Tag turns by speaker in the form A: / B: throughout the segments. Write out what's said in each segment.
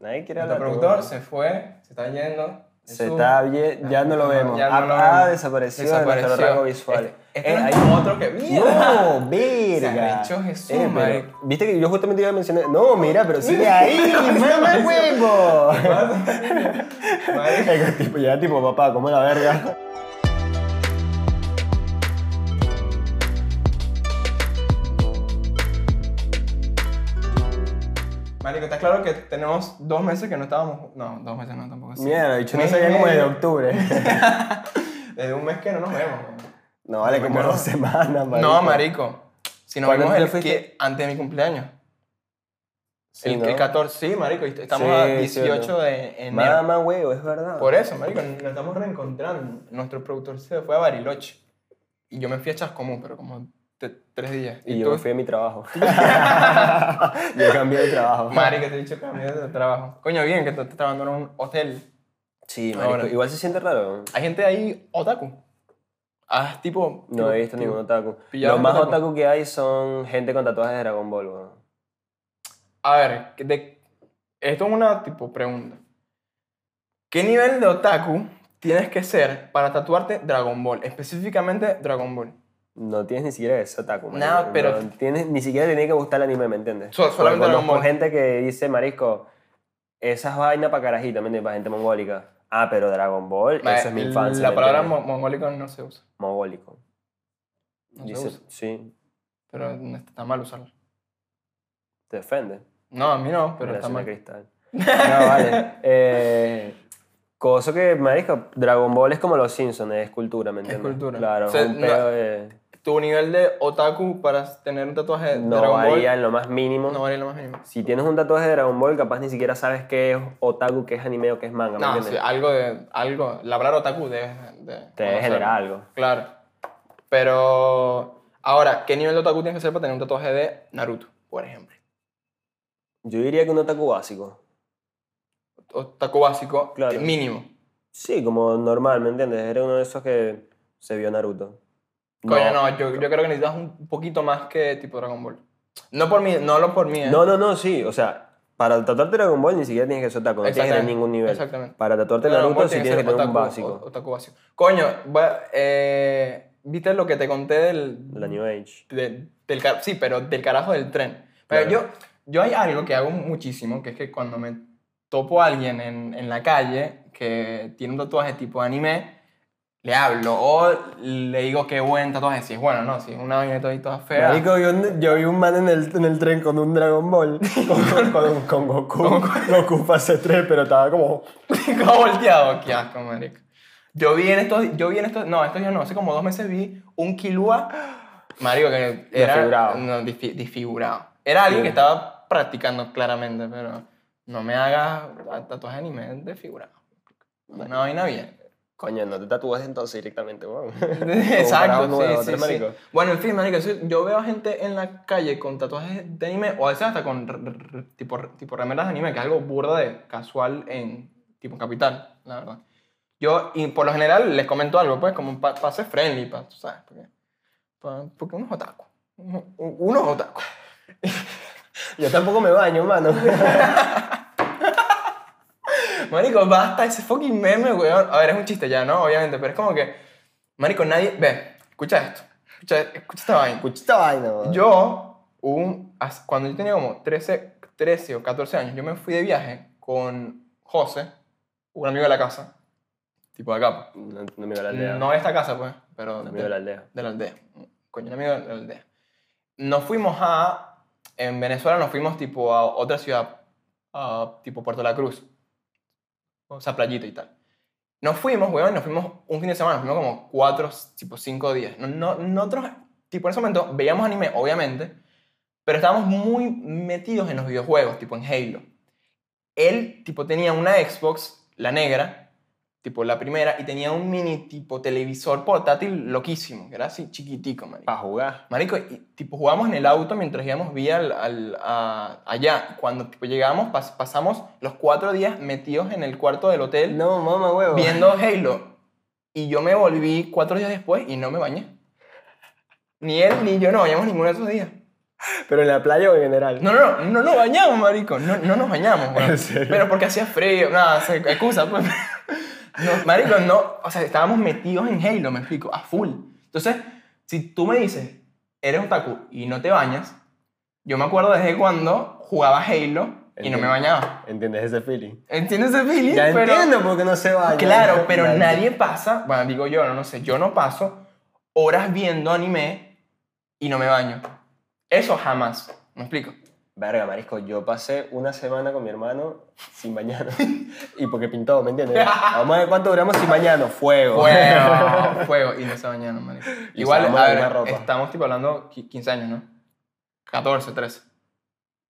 A: Nadie quiere
B: Nuestro
A: hablar.
B: productor se fue, se está yendo.
A: Se está ye- ya no lo vemos.
B: Ya no
A: Ah,
B: lo
A: ah,
B: vemos.
A: desapareció, de nuestro rango visual.
B: Este, este
A: Eh,
B: era
A: hay-
B: otro que. ¡Mierda!
A: ¡No! ¡Verga! Eh,
B: Se arrechó Jesús,
A: pero-
B: marico.
A: Viste que yo justamente iba a mencionar. No, mira, pero sigue ahí, mamá huevo.
B: Marico.
A: Es que tipo, ya tipo, papá, come la verga.
B: Marico, está claro que tenemos dos meses que no estábamos. No, dos meses no, tampoco así.
A: Mierda, bicho, no
B: Mes y
A: sabía como de
B: medio.
A: octubre.
B: Desde un mes que no nos vemos. weón.
A: No, vale, como
B: Bueno.
A: dos semanas, marico.
B: No, marico. Si nos
A: ¿Cuándo
B: vemos
A: te
B: el
A: fuiste?
B: que antes de mi cumpleaños.
A: Sí,
B: el,
A: ¿no?
B: el 14, sí, marico. y Estamos
A: Sí,
B: a
A: cierto.
B: 18 de enero.
A: Mamá huevo, es verdad.
B: Por eso, marico, nos estamos reencontrando. Nuestro productor se fue a Bariloche. Y yo me fui a Chascomún, pero como te- tres días.
A: Y yo me fui a mi trabajo. yo cambié de trabajo.
B: Marico, te he dicho que cambié de trabajo. Coño, bien, que tú estás trabajando en un hotel.
A: Sí, marico.
B: Ahora.
A: Igual se siente raro.
B: Hay gente ahí otaku. Ah, tipo...
A: No
B: tipo-
A: he visto
B: tipo-
A: ningún otaku.
B: ¿Pillado
A: Los más
B: otaku?
A: otaku que hay son gente con tatuajes de Dragon Ball, weón.
B: A ver, que de- esto es una tipo pregunta. ¿Qué nivel de otaku tienes que ser para tatuarte Dragon Ball? Específicamente Dragon Ball.
A: No tienes ni siquiera eso, Taco.
B: No, pero-
A: No tienes, ni siquiera tenía que gustar el anime, ¿me entiendes?
B: So- solamente
A: Porque
B: Dragon
A: conozco
B: Ball.
A: gente que dice, marisco, esas vainas para carajito, ¿me entiendes? Para gente mongólica. Ah, pero Dragon Ball, eso es mi infancia.
B: La
A: ¿me
B: palabra
A: entiendes?
B: mo- mongólico no se usa.
A: mongólico.
B: No se
A: Dice-
B: usa.
A: sí,
B: Pero no está mal usarlo.
A: te defiende.
B: No, a mí no, pero está
A: Generación de
B: mal.
A: cristal. No, vale. Eh, cosa que, marisco, Dragon Ball es como los Simpsons, es cultura, ¿me entiendes?
B: cultura.
A: Claro,
B: O sea,
A: es un
B: no-
A: pedo de...
B: Tu nivel de otaku para tener un tatuaje de
A: No
B: Dragon Ball
A: varía en lo más mínimo.
B: no varía lo más mínimo.
A: Si tienes un tatuaje de Dragon Ball, capaz ni siquiera sabes qué es otaku, qué es anime o qué es manga. ¿me
B: No,
A: entiendes?
B: sí, algo de. Algo, la palabra otaku debe. De,
A: Te debe
B: conocer.
A: generar algo.
B: Claro. Pero. Ahora, ¿qué nivel de otaku tienes que ser para tener un tatuaje de Naruto, por ejemplo?
A: Yo diría que un otaku básico.
B: Otaku básico,
A: Claro.
B: mínimo.
A: Sí, como normal, ¿me entiendes? Era uno de esos que se vio Naruto.
B: Coño, no, yo, yo creo que necesitas un poquito más que tipo Dragon Ball. No por mí, no lo por mí. ¿eh?
A: No, no, no, sí. O sea, para tatuarte Dragon Ball ni siquiera tienes que ser otaku, no tienes que tener
B: Exactamente,
A: ningún nivel.
B: exactamente.
A: Para tatuarte
B: Dragon
A: Naruto
B: Ball
A: sí
B: tiene
A: tienes que
B: ser
A: tener un
B: otaku-
A: básico.
B: o- otaku básico. Coño, va- eh, ¿viste lo que te conté del,
A: La New Age.
B: de- del car- sí, pero del carajo del tren. Pero
A: Claro.
B: yo, yo hay algo que hago muchísimo, que es que cuando me topo a alguien en, en la calle que tiene un tatuaje tipo anime, le hablo o le digo qué buen tatuaje, si es bueno, no, si es una vaina toda, toda fea.
A: Marico, yo, yo vi un man en el, en el tren con un Dragon Ball, con, con- con Goku, Goku fase 3, pero estaba como...
B: Todo volteado, qué asco, marico. Yo vi en estos, yo vi en estos, no, estos días no, hace como dos meses vi un Kilua, marico, que era
A: Desfigurado.
B: no, disfi- disfigurado. Era alguien que
A: Sí.
B: estaba practicando claramente, pero no me hagas tatuaje anime desfigurado. Una vaina bien.
A: Coño, no te tatúas entonces directamente, weón.
B: Exacto,
A: Como
B: sí,
A: para un nuevo,
B: sí,
A: tres,
B: sí.
A: marico.
B: Bueno, en fin, marico, sí, yo veo a gente en la calle con tatuajes de anime, o a veces hasta con r- r- tipo, tipo remeras de anime, que es algo burda de casual en tipo capital, la verdad. Yo, y por lo general, les comento algo, pues, como un pa- pase friendly, pa, tú sabes, porque, pa- porque uno es otaku. Uno, uno es otaku.
A: Yo tampoco me baño, mano.
B: Marico, basta ese fucking meme, weón. A ver, es un chiste ya, ¿no? Obviamente, pero es como que, marico, nadie, ve, escucha esto, escucha, escucha esta vaina.
A: Escucha esta vaina, weón.
B: Yo, un, as- cuando yo tenía como 13, 13 o 14 años, yo me fui de viaje con José, un amigo de la casa, tipo de acá. pues.
A: No, no me iba a la aldea.
B: No de esta casa, pues, pero
A: no me
B: de,
A: iba a la aldea.
B: de la aldea. Coño, un amigo de la aldea. Nos fuimos a, en Venezuela nos fuimos tipo a otra ciudad, a, tipo Puerto La Cruz, o sea, playita y tal. Nos fuimos, weón, nos fuimos un fin de semana, nos fuimos como cuatro, tipo cinco días. No, no- nosotros, tipo en ese momento, veíamos anime, obviamente, pero estábamos muy metidos en los videojuegos, tipo en Halo. Él, tipo, tenía una Xbox, la negra, tipo la primera, y tenía un mini, tipo, televisor portátil loquísimo, que era así chiquitico, marico.
A: Para jugar.
B: Marico, y, tipo, jugamos en el auto mientras íbamos vía al, al- a- allá. Cuando tipo, llegamos, pas- pasamos los cuatro días metidos en el cuarto del hotel
A: No, mamá, huevo.
B: viendo Halo. Y yo me volví cuatro días después y no me bañé. Ni él ni yo no bañamos ninguno de esos días.
A: Pero en la playa o en general.
B: No, no, no, no nos bañamos, marico. No, no nos bañamos, weón.
A: ¿En serio?
B: Pero porque hacía frío, nada, se- excusa, pues. No, marico, no, o sea, estábamos metidos en Halo, me explico, a full. Entonces, si tú me dices, eres otaku y no te bañas, yo me acuerdo desde cuando jugaba Halo y no me
A: Entiendo.
B: bañaba.
A: ¿Entiendes ese feeling?
B: ¿Entiendes el feeling?
A: Ya
B: Pero-
A: entiendo por qué no se baña.
B: Claro, pero
A: Claro.
B: nadie pasa, bueno, digo yo, no, no sé, yo no paso horas viendo anime y no me baño. Eso jamás, ¿me explico?
A: Verga, marisco, yo pasé una semana con mi hermano sin bañarnos. y porque pintó, ¿me entiendes? Vamos a ver cuánto duramos sin bañarnos. Fuego.
B: Fuego, fuego. Y no se bañaron, marico.
A: Y
B: Igual,
A: usábamos
B: a
A: la
B: ver,
A: misma ropa.
B: estamos tipo hablando qui- 15 años, ¿no? 14, 13.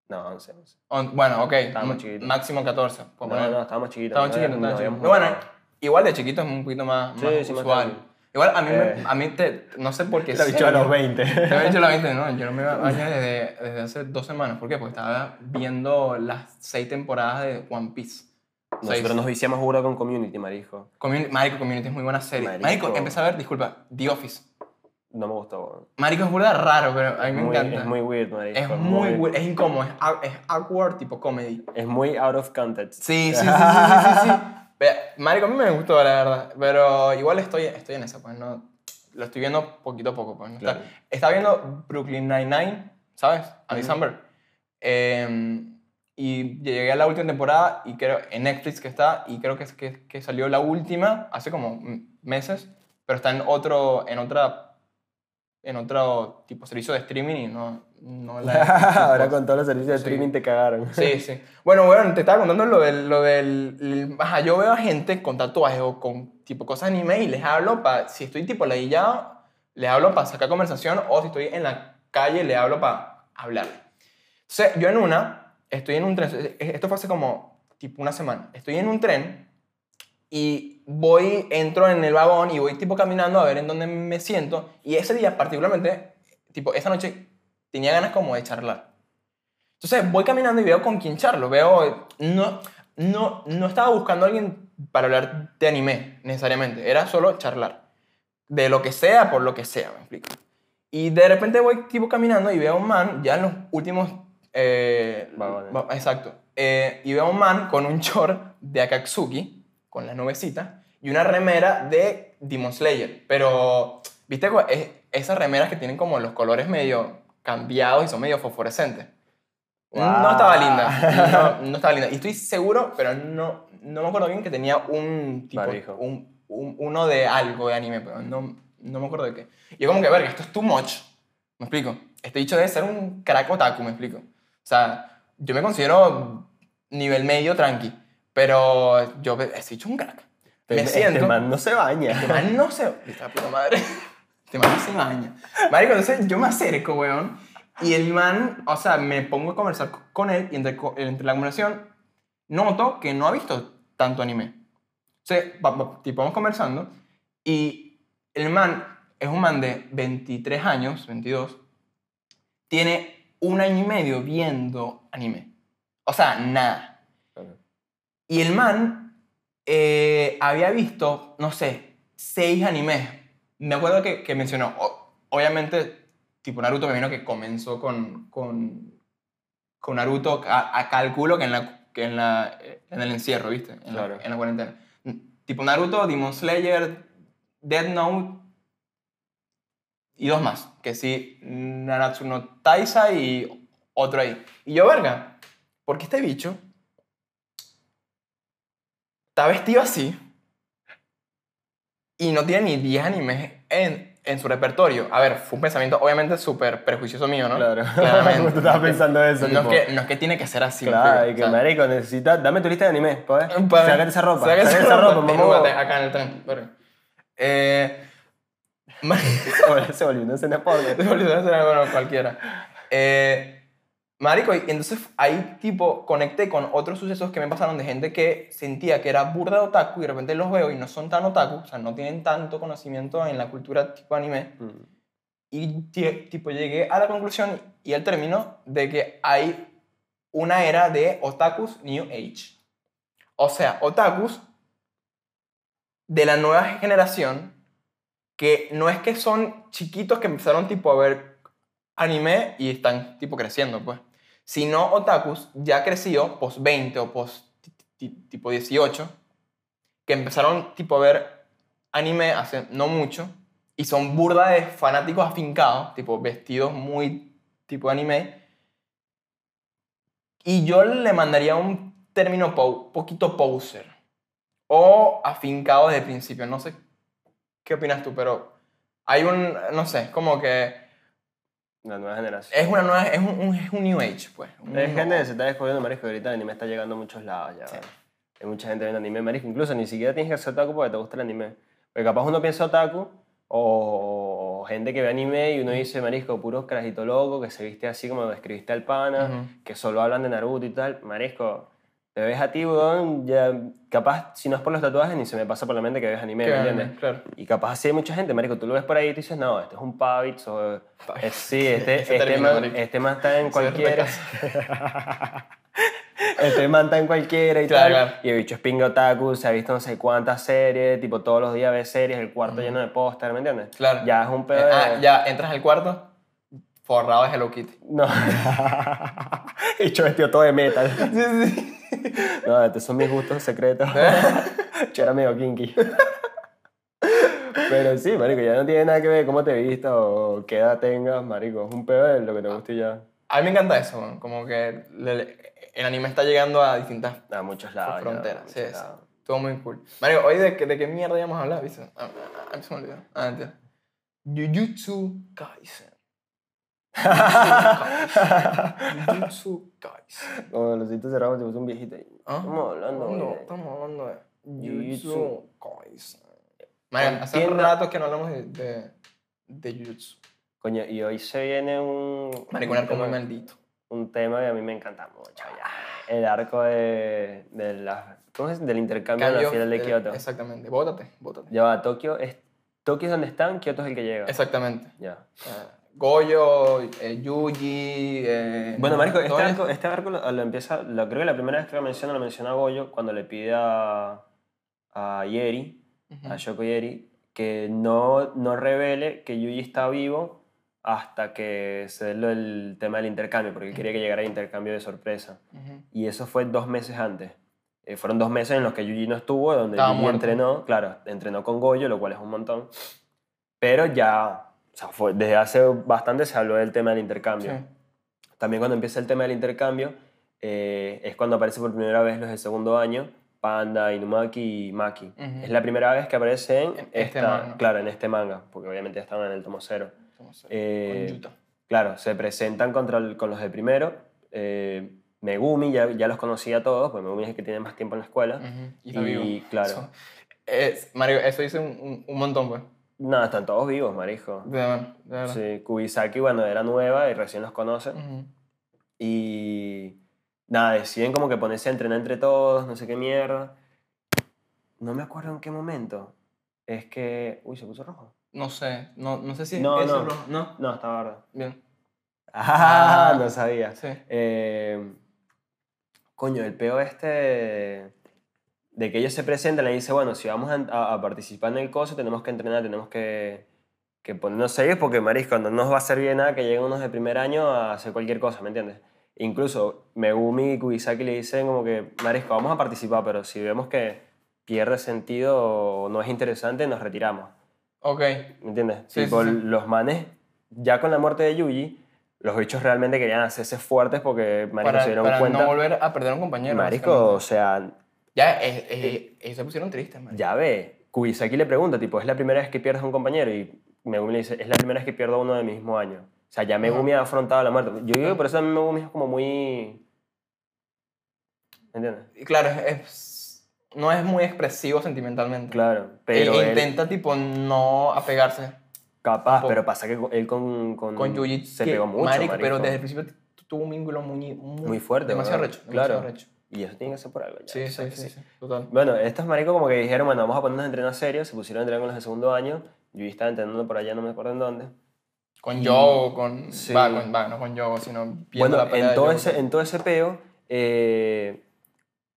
A: No, 11, 11.
B: On- bueno, ok.
A: Estábamos
B: m-
A: chiquitos.
B: Máximo 14. por
A: No,
B: poner.
A: no, estábamos chiquitos.
B: Estábamos
A: no
B: chiquitos,
A: habíamos- no habíamos
B: estábamos chiquitos. No, bueno,
A: jugado.
B: igual de chiquitos es un poquito más,
A: Sí,
B: más
A: sí, más
B: usual.
A: tranquilo.
B: igual a mí, me-
A: Eh.
B: a mí te, no sé por qué.
A: La bicho a los
B: serio.
A: 20.
B: Te había dicho la 20, no, yo no me baño desde, desde hace dos semanas. ¿Por qué? Porque estaba viendo las seis temporadas de One Piece. Seis.
A: Nosotros nos viciamos juro con Community, marisco.
B: Communi- Marico, Community es muy buena serie.
A: Marico.
B: Marico, empecé a ver, disculpa, The Office.
A: No me gustó. weón.
B: Marico, es burda raro, pero a mí me
A: Muy-
B: encanta.
A: Es muy weird, marisco.
B: es muy weird, es incómodo, es, au- es awkward, tipo comedy.
A: Es muy out of context.
B: Sí, sí, sí, sí, sí, sí, sí. Ve- Marico, a mí me gustó, la verdad. Pero igual estoy, estoy en esa, pues no... Lo estoy viendo poquito a poco, pues. no está-
A: Claro.
B: estaba viendo Brooklyn Nine-Nine, ¿sabes? A December. Eh, y llegué a la última temporada y creo, en Netflix que está, y creo que, es- que, que salió la última hace como mm, meses, pero está en otro, en otra, en otro tipo servicio de streaming y no, no la...
A: Ahora con todos los servicios de
B: Sí.
A: streaming te cagaron.
B: Sí, sí. Bueno, bueno, te estaba contando lo del... Lo del el- ajá, yo veo a gente con tatuajes o con tipo cosas anime y les hablo para... Si estoy tipo ladillado, les hablo para sacar conversación o si estoy en la calle, les hablo para hablar. Entonces, yo en una, estoy en un tren... eh, Esto fue hace como tipo una semana. Estoy en un tren y voy, entro en el vagón y voy tipo caminando a ver en dónde me siento. Y ese día particularmente, tipo esa noche, tenía ganas como de charlar. Entonces voy caminando y veo con quién charlo. Veo. No, no, no estaba buscando a alguien para hablar de anime, necesariamente. Era solo charlar. De lo que sea, por lo que sea, me explico. Y de repente voy tipo caminando y veo a un man, ya en los últimos. eh,
A: Vagones.
B: va- Exacto. Eh, y veo a un man con un short de Akatsuki, con las nubecitas, y una remera de Demon Slayer. Pero, ¿viste? cu- es- Esas remeras que tienen como los colores medio cambiados y son medio fosforescentes. No
A: Guau.
B: estaba linda. No, no estaba linda. Y estoy seguro, pero no, no me acuerdo bien que tenía un tipo.
A: Barbijo.
B: Un, un- uno de algo de anime, pero no, no me acuerdo de qué. Y yo, como que, verga, esto es too much. ¿Me explico? Este dicho debe ser un crack otaku, ¿me explico? O sea, yo me considero nivel medio tranqui, pero yo, este dicho es un crack.
A: Este-
B: Me siento.
A: Este man no se baña.
B: Este man no se. Esta puta madre. Este man no se baña. Marico, entonces yo me acerco, weón. Y el man, o sea, me pongo a conversar co- con él y entre, co- entre la conversación noto que no ha visto tanto anime. O sea, va- va- tipo, vamos conversando y el man es un man de 23 años, 22, tiene un año y medio viendo anime. O sea, nada. Y el man eh, había visto, no sé, seis animes. Me acuerdo que, que mencionó, o- obviamente, tipo Naruto, me vino que comenzó con, con, con Naruto, a, a cálculo que en, la, que en, la, eh, en el encierro, ¿viste? En,
A: Claro.
B: la, en la cuarentena. N- Tipo Naruto, Demon Slayer, Death Note y dos más. Que sí, Naratsu no Taisa y otro ahí. Y yo, verga, porque este bicho está vestido así y no tiene ni 10 animes en, en su repertorio. A ver, fue un pensamiento obviamente súper prejuicioso mío, ¿no?
A: Claro.
B: Claramente.
A: Tú estabas pensando eso.
B: No es,
A: tipo,
B: que, no es que tiene que ser así. me
A: Claro,
B: explico,
A: y que
B: o sea,
A: marico, necesitas. Dame tu lista de anime, pues.
B: pa-
A: Sácate esa ropa.
B: sácate esa ropa,
A: mamá.
B: desnúdate Acá en el tren. verga. Eh, mar-
A: Ahora se volvió una escena
B: Te
A: porno.
B: volviste a hacer, bueno, cualquiera. Eh, marico, y entonces ahí tipo conecté con otros sucesos que me pasaron de gente que sentía que era burda de otaku y de repente los veo y no son tan otaku, o sea, no tienen tanto conocimiento en la cultura tipo anime.
A: Mm,
B: Y ti- tipo llegué a la conclusión y al término de que hay una era de otakus new age. O sea, otakus de la nueva generación que no es que son chiquitos que empezaron tipo a ver anime y están tipo creciendo, pues. Si no, otakus ya creció post 20 o post ti- ti- tipo 18, que empezaron tipo a ver anime hace no mucho y son burda de fanáticos afincados, tipo vestidos muy tipo anime. Y yo le mandaría un término po- poquito poser o afincado desde el principio, no sé qué opinas tú, pero hay un, no sé, es como que
A: La nueva generación.
B: es una nueva, es un, un- es un new age, pues. Un-
A: Hay gente que se está descubriendo, marico, que ahorita el anime está llegando a muchos lados ya.
B: Sí.
A: Hay mucha gente viendo anime, marico. Incluso ni siquiera tienes que ser otaku porque te gusta el anime. Porque capaz uno piensa otaku o, o gente que ve anime y uno dice, marisco, puros carajito loco, que se viste así como describiste al pana,
B: Ujú.
A: que solo hablan de Naruto y tal. Marisco, te ves a ti, weón, ya, capaz, si no es por los tatuajes, ni se me pasa por la mente que ves anime, ¿me
B: Claro,
A: entiendes?
B: claro.
A: Y capaz así hay mucha gente, marico, tú lo ves por ahí y tú dices, no, este es un pavitz o... eh, sí, este,
B: Ese
A: este,
B: término,
A: man,
B: marico.
A: este man está en
B: Sí,
A: cualquiera. este man está en cualquiera y
B: Claro,
A: tal.
B: claro.
A: Y el bicho es pingo otaku, se ha visto no sé cuántas series, tipo todos los días ve series, el cuarto lleno de póster, ¿me entiendes?
B: Claro.
A: Ya es un pedo
B: Eh,
A: de-
B: ah, ya entras al cuarto forrado de Hello Kitty.
A: No. y yo vestido todo de metal.
B: Sí, sí.
A: No, estos son mis gustos secretos.
B: ¿Eh?
A: Yo era medio kinky. Pero sí, marico, ya no tiene nada que ver cómo te vistas o qué edad tengas, marico. Es un pedo de lo que te guste y ya.
B: A mí me encanta eso, man, como que le- le- el anime está llegando a distintas
A: A muchos lados. ya,
B: fronteras.
A: muchos
B: Sí, sí.
A: lados.
B: Todo muy cool. Mario, hoy de, qué- de qué mierda íbamos a hablar, ¿viste? A, a- a mí se me olvidó. Ah, mentira. Jujutsu Kaisen. Jujutsu Kaisen.
A: Como los sitios cerrados se puso un viejito ahí.
B: ¿Ah?
A: Estamos hablando,
B: No,
A: güey.
B: estamos hablando de Jujutsu
A: Jujutsu.
B: Kaisen. Mario, hace
A: Entiendo.
B: rato que no hablamos de, de, de Jujutsu.
A: Coño, y hoy se viene un.
B: Marico, un arco muy
A: tema-
B: maldito.
A: Un tema que a mí me encanta mucho. ya. El arco de, de las- ¿cómo es? del intercambio de la
B: Cambio,
A: fiel de
B: eh,
A: Kioto.
B: Exactamente. Bótate, bótate.
A: Ya va, Tokio es. Tokio es donde están, Kioto es el que llega.
B: Exactamente.
A: Ya.
B: Eh, Goyo, eh, Yuji. eh,
A: Bueno, Marico, este
B: todos
A: arco, este arco lo, lo empieza. lo- creo que la primera vez que lo menciona, lo menciona Goyo cuando le pide a, a Yeri,
B: Ujú.
A: a Shoko Yeri, que no, no revele que Yuji está vivo hasta que se dé lo del tema del intercambio, porque él quería que llegara el intercambio de sorpresa.
B: Ujú.
A: Y eso fue dos meses antes. Eh, fueron dos meses en los que Yuji no estuvo, donde
B: Estaba
A: Yuji
B: muerto.
A: entrenó, claro, entrenó con Goyo, lo cual es un montón. Pero ya, o sea, fue- desde hace bastante se habló del tema del intercambio.
B: Sí.
A: También cuando empieza el tema del intercambio, eh, es cuando aparece por primera vez los del segundo año, Panda, Inumaki y Maki.
B: Ujú.
A: Es la primera vez que aparecen
B: En
A: en
B: este
A: esta-
B: manga.
A: claro, en este manga, porque obviamente ya estaban en el tomo cero.
B: Vamos a ver,
A: Eh,
B: con Yuta.
A: Claro, se presentan contra el- con los de primero. eh, Megumi ya, ya los conocía a todos, porque Megumi es el que tiene más tiempo en la escuela.
B: Ujú,
A: Y,
B: Y, está vivo.
A: claro,
B: Eso- es- Mario, eso dice un, un, un montón, pues.
A: nada, están todos vivos, marijo.
B: De verdad, de verdad.
A: Sí, Kubisaki, bueno, era nueva y recién los conoce.
B: Ujú.
A: Y nada, deciden como que ponerse a entrenar entre todos, no sé qué mierda. No me acuerdo en qué momento. Es que... Uy, se puso rojo.
B: No sé, no, no sé si es
A: No,
B: eso,
A: no.
B: bro. No,
A: No, está verde.
B: bien.
A: Ah, no sabía.
B: Sí.
A: Eh, coño, el peo este de, de que ellos se presentan, le dice, bueno, si vamos a, a- a participar en el coso, tenemos que entrenar, tenemos que, que ponernos serios, porque marisco, no nos va a servir de nada que lleguen unos de primer año a hacer cualquier cosa, ¿me entiendes? Incluso Megumi y Kubisaki le dicen como que, marisco, vamos a participar, pero si vemos que pierde sentido o no es interesante, nos retiramos.
B: Ok.
A: ¿Me entiendes?
B: Sí, sí,
A: Tipo,
B: sí.
A: los manes, ya con la muerte de Yuji, los bichos realmente querían hacerse fuertes porque, marico,
B: para
A: se dieron
B: para
A: cuenta.
B: no volver a perder a un compañero.
A: marico, o
B: básicamente.
A: sea,
B: Ya, eh, eh, ellos se pusieron tristes, marico.
A: ya ve. Kubisaki le pregunta, tipo, ¿es la primera vez que pierdes a un compañero? Y Megumi le dice, es la primera vez que pierdo a uno de mi mismo año. O sea, ya Megumi ha afrontado la muerte. Yo digo que por eso a mí Megumi es como muy... ¿Me entiendes?
B: Y Claro, es, no es muy expresivo sentimentalmente.
A: Claro,
B: E-
A: pero
B: e
A: él-
B: intenta, tipo, no apegarse
A: capaz,
B: poco.
A: pero pasa que él con, con,
B: con Yuji.
A: Mm, se
B: que,
A: pegó mucho,
B: marico, pero
A: marico.
B: desde el principio t- tuvo un vínculo muy, muy,
A: Muy fuerte,
B: Demasiado
A: ¿verdad?
B: recho. Demasiado
A: Claro.
B: recho.
A: Y eso tiene que ser por algo. ya,
B: Sí,
A: o sea,
B: sí,
A: que
B: sí, sí, Total.
A: Bueno, estos maricos como que dijeron, bueno, vamos a ponernos a entrenar serio, se pusieron a entrenar con los de segundo año, yo estaba entrenando por allá, no me acuerdo en dónde.
B: Con Joe, con.
A: Sí.
B: Va, con, va, no con Joe, sino viendo la
A: bueno,
B: pelea
A: en todo,
B: de Joe.
A: ese, en todo ese peo, eh,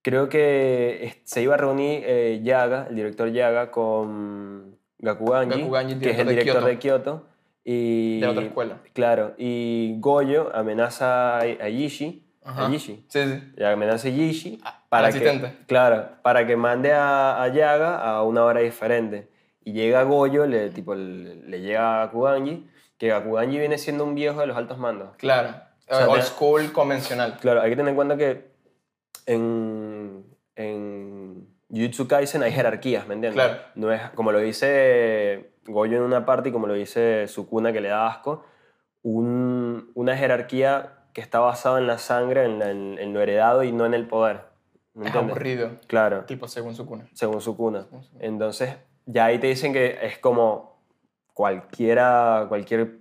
A: creo que es- se iba a reunir eh, Yaga, el director Yaga, con Gakuganji,
B: Gakuganji, el
A: que es el
B: director de
A: director de Kyoto, Y,
B: de la otra escuela.
A: Claro, y Goyo amenaza a a Yishi, a
B: Ajá.
A: Yishi,
B: Sí, sí.
A: y amenaza a Yishi
B: A-
A: para
B: al
A: que,
B: asistente.
A: claro, para que mande a, a Yaga a una hora diferente. Y llega Goyo, le, tipo, le, le llega a Kuganji, que Gakuganji viene siendo un viejo de los altos mandos.
B: Claro.
A: O sea,
B: Old
A: te-
B: school convencional.
A: Claro, hay que tener en cuenta que en, en Jujutsu Kaisen hay jerarquías, ¿me entiendes?
B: Claro.
A: No es como lo dice Goyo en una parte y como lo dice Sukuna que le da asco, un- una jerarquía que está basada en la sangre, en, la- en- en lo heredado y no en el poder. ¿Me
B: Es
A: entiendes?
B: aburrido.
A: Claro,
B: Tipo, según su cuna.
A: según Sukuna.
B: Según Sukuna.
A: Entonces, ya ahí te dicen que es como cualquiera, cualquier,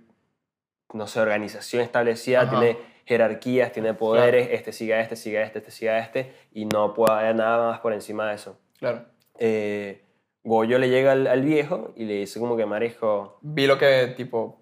A: no sé, organización establecida
B: Ajá.
A: tiene jerarquías, tiene poderes, este siga a este, siga a este, este siga a este, y no puede haber nada más por encima de eso.
B: Claro.
A: Eh, Goyo le llega al, al viejo y le dice como que marejo,
B: Vi lo que, tipo,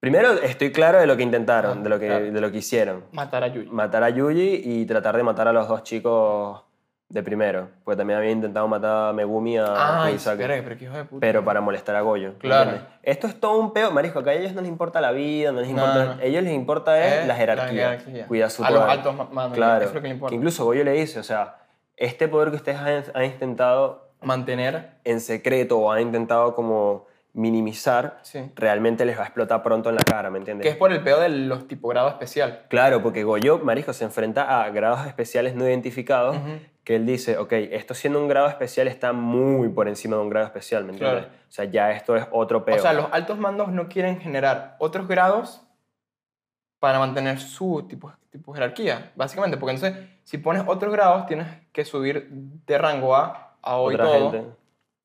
A: primero estoy claro de lo que intentaron,
B: Ah,
A: de, lo que,
B: claro.
A: de lo que hicieron.
B: matar a Yuji.
A: Matar a Yuji y tratar de matar a los dos chicos de primero, porque también había intentado matar a Megumi a
B: Ay,
A: Kunisaki.
B: Ah, espera, pero qué hijo de puta.
A: Ah, pero para molestar a Goyo. ¿me
B: Claro.
A: entiendes? Esto es todo un peo, marisco, que a ellos no les importa la vida, no les
B: No,
A: importa,
B: no.
A: a ellos les importa es
B: Eh,
A: la jerarquía, cuidar su
B: A
A: poder.
B: los altos ma- mandos.
A: claro.
B: Eso es lo que le importa.
A: incluso Goyo le dice, o sea, este poder que ustedes han, han intentado
B: Mantener.
A: en secreto o han intentado como minimizar,
B: Sí.
A: realmente les va a explotar pronto en la cara, ¿me entiendes?
B: Que es por el peor de los tipo grado especial.
A: Claro, porque Goyo, marisco, se enfrenta a grados especiales no identificados
B: Ujú.
A: que él dice, ok, esto siendo un grado especial está muy por encima de un grado especial, ¿me entiendes?
B: Claro.
A: O sea, ya esto es otro peo.
B: O sea, los altos mandos no quieren generar otros grados para mantener su tipo, tipo jerarquía, básicamente. Porque entonces, si pones otros grados, tienes que subir de rango A a hoy
A: Otra
B: todo.
A: gente.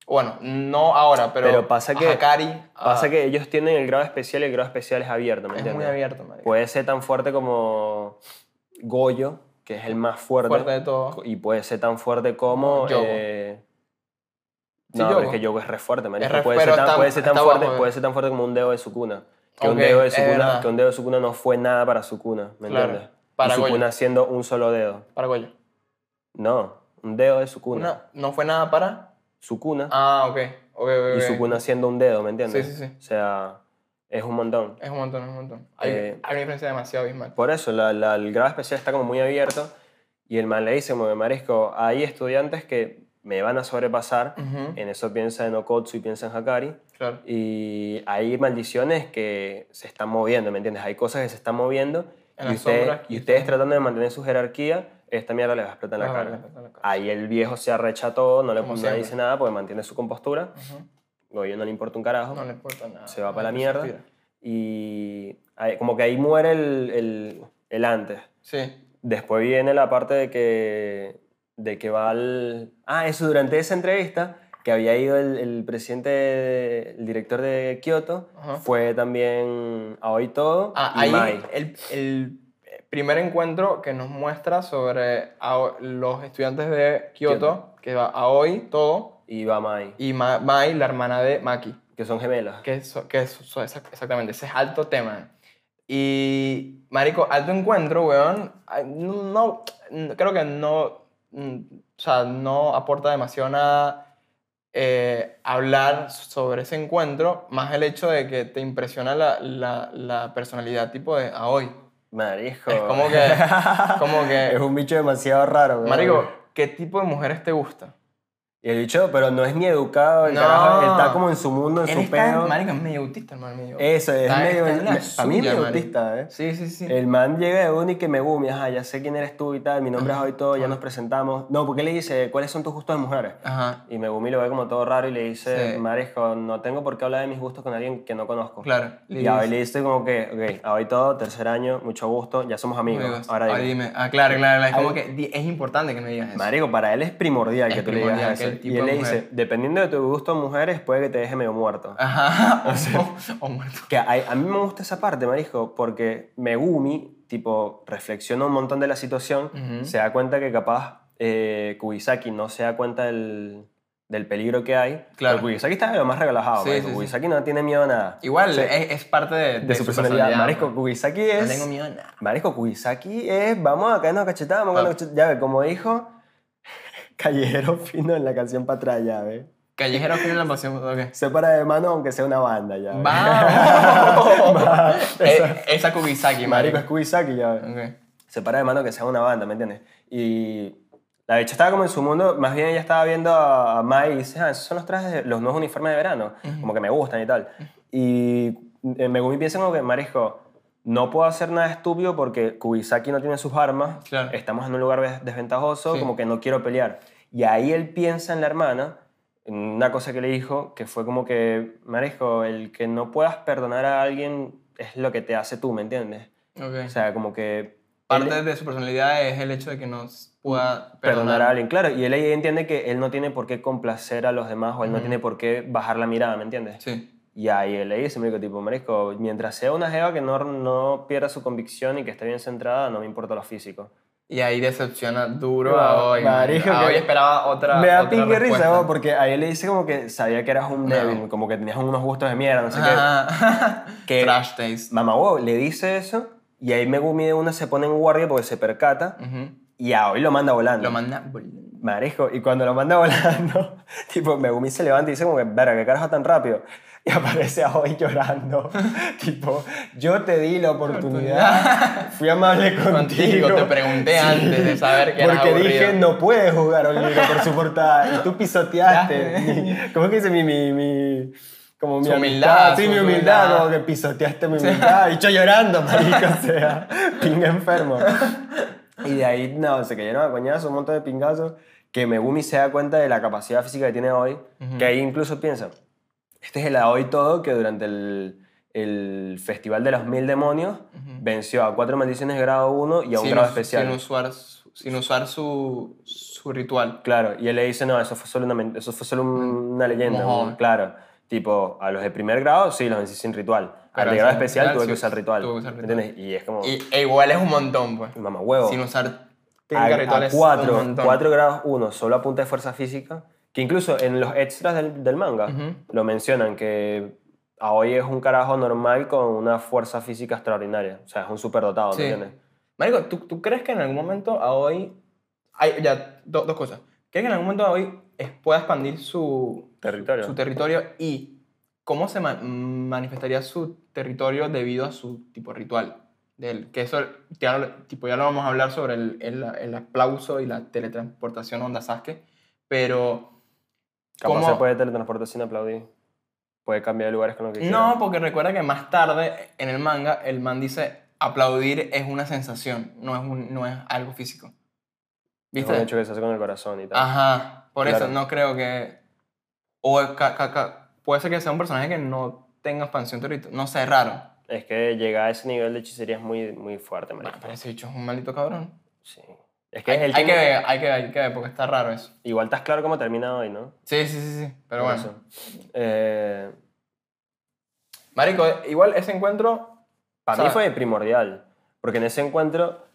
B: Bueno, no ahora, pero,
A: Pero pasa
B: a
A: que-
B: Hakari, a-
A: Pasa que ellos tienen el grado especial y el grado especial es abierto, ¿me
B: ah. es
A: entiendes?
B: muy abierto, marico.
A: Puede ser tan fuerte como Goyo, que es el más fuerte,
B: Fuerte de todo.
A: y puede ser tan fuerte como...
B: Yogo.
A: eh,
B: Sí,
A: no, pero
B: Yogo.
A: es que Yogo es re fuerte, marico.
B: Es re-
A: puede,
B: pero
A: ser tan,
B: está-
A: puede ser tan
B: está
A: fuerte,
B: bajo, eh.
A: puede ser tan fuerte como un dedo de Sukuna. Que, un
B: Ok,
A: dedo de
B: es
A: Sukuna
B: verdad.
A: que un dedo de Sukuna no fue nada para Sukuna, ¿me
B: Claro,
A: entiendes?
B: para
A: y Sukuna
B: Goyo.
A: siendo un solo dedo.
B: Para Goyo.
A: No, un dedo de Sukuna.
B: Una- no fue nada para.
A: Sukuna
B: Ah, ok. ok, ok,
A: y
B: ok.
A: Sukuna siendo un dedo, ¿me entiendes?
B: Sí, sí, sí.
A: O sea, es un montón.
B: Es un montón, es un montón. Hay,
A: Eh,
B: hay una diferencia demasiado abismal.
A: Por eso, la- la- el grado especial está como muy abierto y el man le dice, me marisco, hay estudiantes que me van a sobrepasar,
B: Ujú,
A: en eso piensa en Okotsu y piensa en Hakari,
B: Claro.
A: y hay maldiciones que se están moviendo, ¿me entiendes? Hay cosas que se están moviendo
B: En
A: y,
B: las
A: ustedes-
B: sombras,
A: y
B: quizás.
A: ustedes tratando de mantener su jerarquía, esta mierda les va a explotar en la
B: Ah,
A: cara.
B: vale, vale, vale.
A: Ahí el viejo se arrecha todo, no le
B: Como
A: no le
B: siempre.
A: dice nada porque mantiene su compostura,
B: Ujú.
A: Goyo no le importa un carajo.
B: No le importa nada.
A: se va
B: no
A: para la
B: le
A: mierda
B: suspira.
A: y ahí- como que ahí muere el, el- el antes.
B: Sí.
A: Después viene la parte de que, de que va al... Ah, eso durante esa entrevista que había ido el, el presidente, el director de Kioto,
B: Ajá.
A: fue también a Hoy Todo
B: Ah,
A: y
B: ahí
A: Mai.
B: el, el primer encuentro que nos muestra sobre Ao- los estudiantes de Kioto, que va a hoy todo,
A: Y va Mai,
B: y Ma- Mai, la hermana de Maki,
A: que son gemelas.
B: que es, que es- so- exac- exactamente, ese es alto tema. Y, marico, alto encuentro, weón, ay, no, no- creo que no, mm, o sea, no aporta demasiado nada eh, hablar sobre ese encuentro, más el hecho de que te impresiona la, la, la personalidad tipo de Aoi.
A: Marico.
B: Es como que- como que-
A: es un bicho demasiado raro. weón.
B: Marico, ¿qué tipo de mujeres te gusta?
A: Y el bicho, pero no es ni educado, el
B: No.
A: carajo, él está como en su mundo, en
B: Él
A: su
B: está-
A: pedo.
B: marico, es medio autista, hermano mío.
A: Eso, es
B: Está-
A: medio.
B: está en la
A: me- a mí es
B: suya,
A: medio
B: marico.
A: autista, ¿eh?
B: Sí, sí, sí.
A: El man llega de uno y que me gumi, ajá, ya sé quién eres tú y tal, mi nombre es hoy todo, ya nos presentamos. No, porque le dice, ¿cuáles son tus gustos de mujeres?
B: Ajá,
A: Y Megumi lo ve como todo raro y le dice,
B: Sí.
A: Marisco, no tengo por qué hablar de mis gustos con alguien que no conozco.
B: claro.
A: Y a le dice como que, ok, a hoy todo, tercer año, mucho gusto, ya somos amigos.
B: Amigos,
A: Ahora
B: ahora
A: dime.
B: dime. Ah, claro, claro, claro. Es como
A: Ahí-
B: que di- es importante que me digas eso.
A: Marico, para él es primordial
B: Es
A: que tú le
B: primordial
A: digas
B: que el
A: eso.
B: tipo
A: Y él
B: de
A: le
B: mujer-
A: dice, dependiendo de tu gusto en mujeres, puede que te deje medio muerto.
B: Ajá, o, o- o muerto.
A: Que a, a mí me gusta esa parte, Marisco, porque Megumi, tipo, reflexiona un montón de la situación,
B: Ujú.
A: se da cuenta que capaz eh, Kubisaki no se da cuenta del, del peligro que hay.
B: Claro.
A: Pero Kubisaki está de lo más relajado,
B: Sí,
A: marico.
B: sí, sí.
A: Kubisaki no tiene miedo a nada.
B: Igual,
A: Sí.
B: es, es parte de,
A: de, su, personalidad. Marisco,
B: pues.
A: Kubisaki
B: No
A: es...
B: tengo miedo a nada.
A: Marisco, Kubisaki es... Vamos acá, nos cachetamos.
B: Ah.
A: Ya ve, como dijo Callejero Fino en la canción Patralla, ve.
B: Callejero final la pasión. ok.
A: Se para de mano aunque sea una banda ya. ¿ves?
B: ¡Vamos!
A: Esa-
B: Eh, Esa Kubisaki,
A: Marico,
B: marico.
A: es Kubisaki ya. ¿ves?
B: Ok.
A: Se para de mano que sea una banda, ¿me entiendes? Y la bicha estaba como en su mundo, más bien ella estaba viendo a a Mai y dice, ah, esos son los trajes, de- los nuevos uniformes de verano, como que me gustan y tal. Y eh, Megumi piensa como que, marisco, no puedo hacer nada estúpido porque Kubisaki no tiene sus armas,
B: Claro.
A: estamos en un lugar des- desventajoso,
B: Sí.
A: como que no quiero pelear. Y ahí él piensa en la hermana, en una cosa que le dijo, que fue como que, marisco, el que no puedas perdonar a alguien es lo que te hace tú, ¿me entiendes?
B: Ok.
A: O sea, como que... él-
B: Parte de su personalidad es el hecho de que no s-
A: perdonar
B: pueda
A: a
B: perdonar.
A: alguien, claro. Y él ahí entiende que él no tiene por qué complacer a los demás o él no
B: Ujú.
A: tiene por qué bajar la mirada, ¿me entiendes?
B: Sí.
A: Y ahí él le dice, marico, tipo, marisco, mientras sea una jeva que no, no pierda su convicción y que esté bien centrada, no me importa lo físico.
B: Y ahí decepciona duro
A: No,
B: a hoy. man.
A: marico,
B: A
A: que-
B: hoy esperaba otra.
A: Me da
B: otra
A: pinche risa,
B: respuesta.
A: bo, porque ahí le dice como que sabía que eras un
B: No.
A: débil, como que tenías unos gustos de mierda, no sé
B: Ajá.
A: Que-
B: Trash
A: qué.
B: taste.
A: Mamá, wow, le dice eso y ahí Megumi de una se pone en guardia porque se percata
B: Ujú.
A: y a hoy lo manda volando.
B: Lo manda. bol-
A: Marisco, y cuando lo manda volando, tipo, Megumi se levanta y dice como que, verga, ¿qué carajo tan rápido? Y aparece Aoi llorando, tipo, yo te di la oportunidad, fui amable contigo.
B: Contigo, te pregunté antes de saber que eras
A: Porque dije,
B: aburrido.
A: no puedes jugar Olivero por su portada, y tú pisoteaste. mi- ¿Cómo es que dice mi... mi, mi- como mi
B: Su
A: amistad,
B: humildad,
A: sí,
B: su
A: mi humildad,
B: humildad.
A: como que pisoteaste mi humildad, y yo llorando, marico, o sea, pinga enfermo. Y de ahí, no, se cayeron a coñazos, un montón de pingazos, que Megumi se da cuenta de la capacidad física que tiene hoy, que ahí incluso piensa, este es el hoy todo que durante el, el Festival de los Mil Demonios venció a cuatro maldiciones de grado 1 y a un
B: Sin
A: grado
B: us-
A: especial.
B: Sin usar, su- sin usar su, su ritual.
A: Claro, y él le dice, no, eso fue solo una, men- eso fue solo un- una leyenda,
B: Mojón.
A: un- claro. Tipo, a los de primer grado, sí, los vencí sin ritual. Al
B: Pero
A: de
B: al
A: grado
B: segundo
A: especial
B: grado,
A: tuve
B: sí,
A: que usar ritual.
B: tuve que usar ritual.
A: ¿Entiendes? Y es como,
B: Y, e igual es un montón, pues.
A: mamá huevo.
B: Sin usar
A: a,
B: técnicas
A: a
B: rituales.
A: cuatro,
B: un montón.
A: cuatro grados uno, solo a punta de fuerza física, que incluso en los extras del, del manga
B: Ujú.
A: lo mencionan, que a hoy es un carajo normal con una fuerza física extraordinaria, o sea, es un superdotado,
B: Sí.
A: ¿me entiendes?
B: Marico, ¿tú, tú crees que en algún momento a hoy. Hay, ya, do- dos cosas. ¿Crees que en algún momento a hoy es- pueda expandir su,
A: Territorio.
B: su territorio y cómo se ma- manifestaría su territorio debido a su tipo ritual? Del, que eso ya lo, tipo, ya lo vamos a hablar sobre el, el- el aplauso y la teletransportación onda Sasuke, pero
A: Capaz
B: ¿Cómo?
A: se puede teletransportar sin aplaudir. Puede cambiar de lugares con lo que quiera.
B: No, porque recuerda que más tarde en el manga el man dice aplaudir es una sensación, no es, un, no es algo físico.
A: Es un
B: ¿Viste? Ah.
A: hecho que se hace con el corazón y tal.
B: Ajá, por eso
A: Claro.
B: no creo que... O es ca- ca- ca- puede ser que sea un personaje que no tenga expansión territorial, no sé, es raro.
A: Es que llegar a ese nivel de hechicería es muy, muy fuerte,
B: Bueno,
A: marico.
B: pero ese bicho es un maldito cabrón.
A: Sí. Es que
B: Hay,
A: es el
B: hay que
A: tema-
B: ver, hay que ver, hay que ver, porque está raro eso.
A: Igual estás claro cómo termina hoy, ¿no?
B: Sí, sí, sí, sí, pero
A: Por
B: bueno.
A: eso. Eh,
B: Marico, igual ese encuentro...
A: para mí
B: ¿Sabes?
A: fue primordial. Porque en ese encuentro,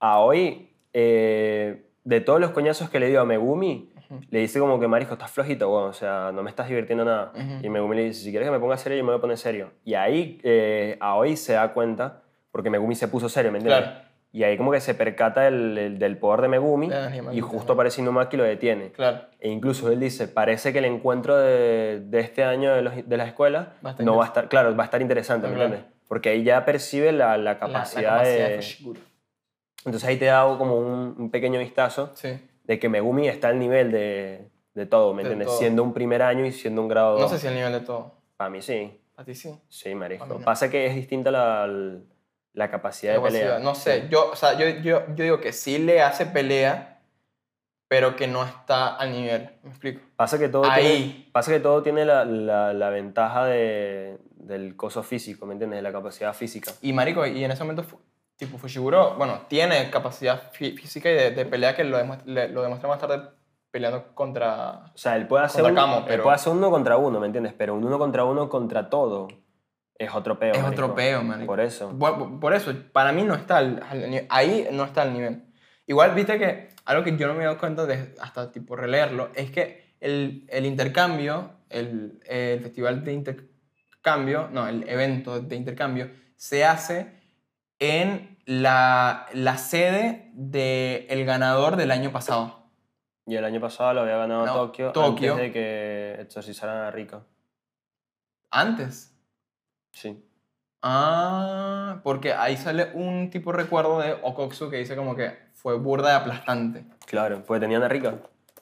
A: a hoy, eh, de todos los coñazos que le dio a Megumi,
B: Ujú.
A: le dice como que, Marisco, estás flojito, weón. O sea, no me estás divirtiendo nada.
B: Ujú.
A: Y Megumi le dice, si quieres que me ponga serio, yo me voy a poner serio. Y ahí, eh, a hoy se da cuenta, porque Megumi se puso serio, ¿me entiendes?
B: Claro.
A: Y ahí como que se percata del, del- del poder de Megumi
B: Ah, ni madre,
A: y
B: ni
A: justo
B: madre.
A: aparece Inumaki y lo detiene.
B: Claro.
A: E incluso él dice, parece que el encuentro de, de este año de, los- de la escuela
B: Va a estar
A: no va a estar, claro, va a estar interesante, ¿me
B: Claro.
A: entiendes? Porque ahí ya percibe la, la
B: La- la
A: capacidad
B: capacidad
A: de...
B: Fushiguro.
A: Entonces ahí te da como un, un pequeño vistazo
B: Sí.
A: de que Megumi está al nivel de, de todo, ¿me
B: De
A: entiendes?
B: todo.
A: Siendo un primer año y siendo un grado
B: No
A: dos.
B: sé si el nivel de todo.
A: Para mí sí,
B: A ti sí.
A: sí, marisco.
B: Para mí no.
A: Pasa que es distinta la, la capacidad de
B: Algo así,
A: pelea.
B: No sé,
A: Sí.
B: yo, o sea, yo, yo, yo digo que sí le hace pelea, pero que no está al nivel. ¿Me explico?
A: Pasa que todo
B: Ahí.
A: tiene, pasa que todo tiene la, la- la ventaja de, del coso físico, ¿me entiendes? De la capacidad física.
B: Y Marico, y en ese momento, fu- tipo, Fushiguro, bueno, tiene capacidad fí- física y de, de pelea que lo, demuest- le- lo demuestra más tarde peleando contra.
A: O sea, él puede hacer, un,
B: Contra Camo,
A: él
B: pero-
A: puede hacer uno contra uno, ¿me entiendes? Pero un uno contra uno contra todo es otro peo.
B: Es
A: marico.
B: otro peo, marico.
A: Por eso.
B: Por, por eso, para mí no está al, nivel. Ahí no está al nivel. Igual, viste que algo que yo no me he dado cuenta de hasta tipo releerlo es que el, el intercambio, el, el festival de intercambio, no, el evento de intercambio, se hace en la, la sede del ganador del año pasado.
A: Y el año pasado lo había ganado
B: No,
A: Tokio,
B: Tokio.
A: antes de que exorcizaran a Rico.
B: Antes.
A: Sí.
B: Ah, porque ahí sale un tipo de recuerdo de Okoksu que dice como que fue burda y aplastante.
A: Claro, porque tenían a Rico.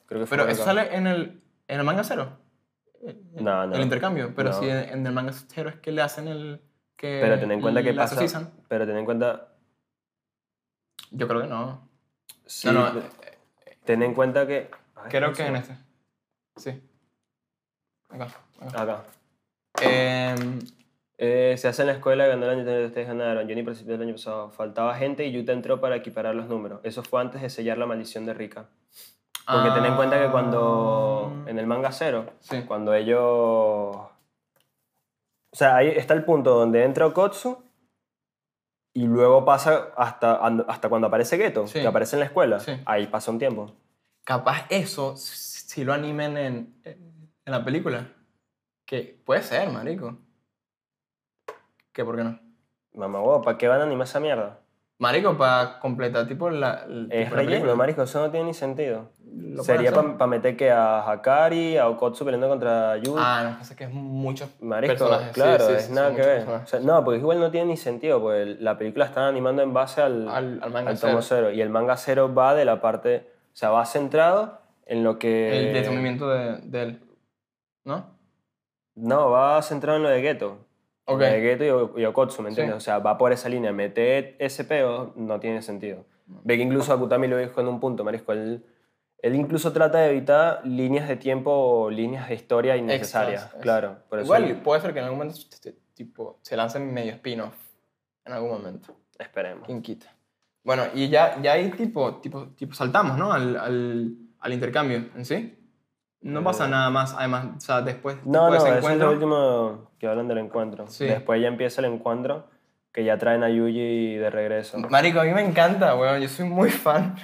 A: Creo que fue
B: Pero
A: Rico.
B: eso sale en el, en el manga cero.
A: No, no.
B: El intercambio. Pero
A: No.
B: si en, en el manga cero es que le hacen el. Que
A: Pero ten en cuenta que
B: la
A: pasa-
B: exorcizan.
A: Pero ten en cuenta...
B: Yo creo que no.
A: sí,
B: no, no.
A: te- Ten en cuenta que... Ay,
B: Creo
A: no
B: que
A: sé.
B: en este. Sí. Acá. acá.
A: Acá.
B: Em,
A: Eh, se hace en la escuela, ganó el año anterior, ustedes ganaron. Johnny participó el año pasado. Faltaba gente y Yuta entró para equiparar los números. Eso fue antes de sellar la maldición de Rika. Porque ten en cuenta que cuando...
B: ah,
A: En el manga cero,
B: Sí.
A: cuando ellos... O sea, ahí está el punto donde entra Okotsu y luego pasa hasta, hasta cuando aparece Geto,
B: Sí.
A: que aparece en la escuela.
B: Sí.
A: Ahí pasa un tiempo.
B: Capaz eso, si si lo animen en, en la película. Que puede ser, marico. Que por qué no?
A: Mamá, huevo, ¿para qué van a animar esa mierda?
B: Marico, para completar tipo la. el-
A: Es
B: tipo la
A: relleno,
B: película.
A: marico, eso no tiene ni sentido.
B: Lo pueden
A: Sería
B: hacer.
A: para meter que a Hakari, a Okotsu peleando contra Yu.
B: Ah, no, pasa que es muchos
A: Marisco,
B: personajes. sí,
A: claro,
B: sí, sí,
A: es
B: son
A: nada que
B: muchos
A: ver.
B: personajes.
A: O sea, no, porque igual no tiene ni sentido, porque el- la película están animando en base al,
B: al, al manga
A: al tomo
B: cero.
A: cero. Y el manga cero va de la parte, o sea, va centrado en lo que...
B: El desenvolvimiento de, de él. ¿No?
A: No, va centrado en lo de Geto.
B: Ok.
A: Lo de Geto y O- y, Okotsu, ¿me entiendes?
B: Sí.
A: O sea, va por esa línea. Meter ese peo no tiene sentido. Ve que incluso Akutami lo dijo en un punto, Marisco. Él, él incluso trata de evitar líneas de tiempo o líneas de historia innecesarias.
B: Extras,
A: Claro. Por eso
B: Igual puede ser que en algún momento t- t- tipo, se lancen medio spin-off. En algún momento.
A: Esperemos.
B: ¿Quién quita? Bueno, y ya, ya ahí tipo, tipo, tipo saltamos, ¿no? Al, al, al intercambio en sí. No
A: Eh.
B: pasa nada más, además, o sea, después
A: No, no,
B: tipo, de
A: eso es lo último que hablan del encuentro.
B: Sí.
A: Después ya empieza el encuentro que ya traen a Yuji de regreso.
B: Marico, a mí me encanta, weón. Yo soy muy fan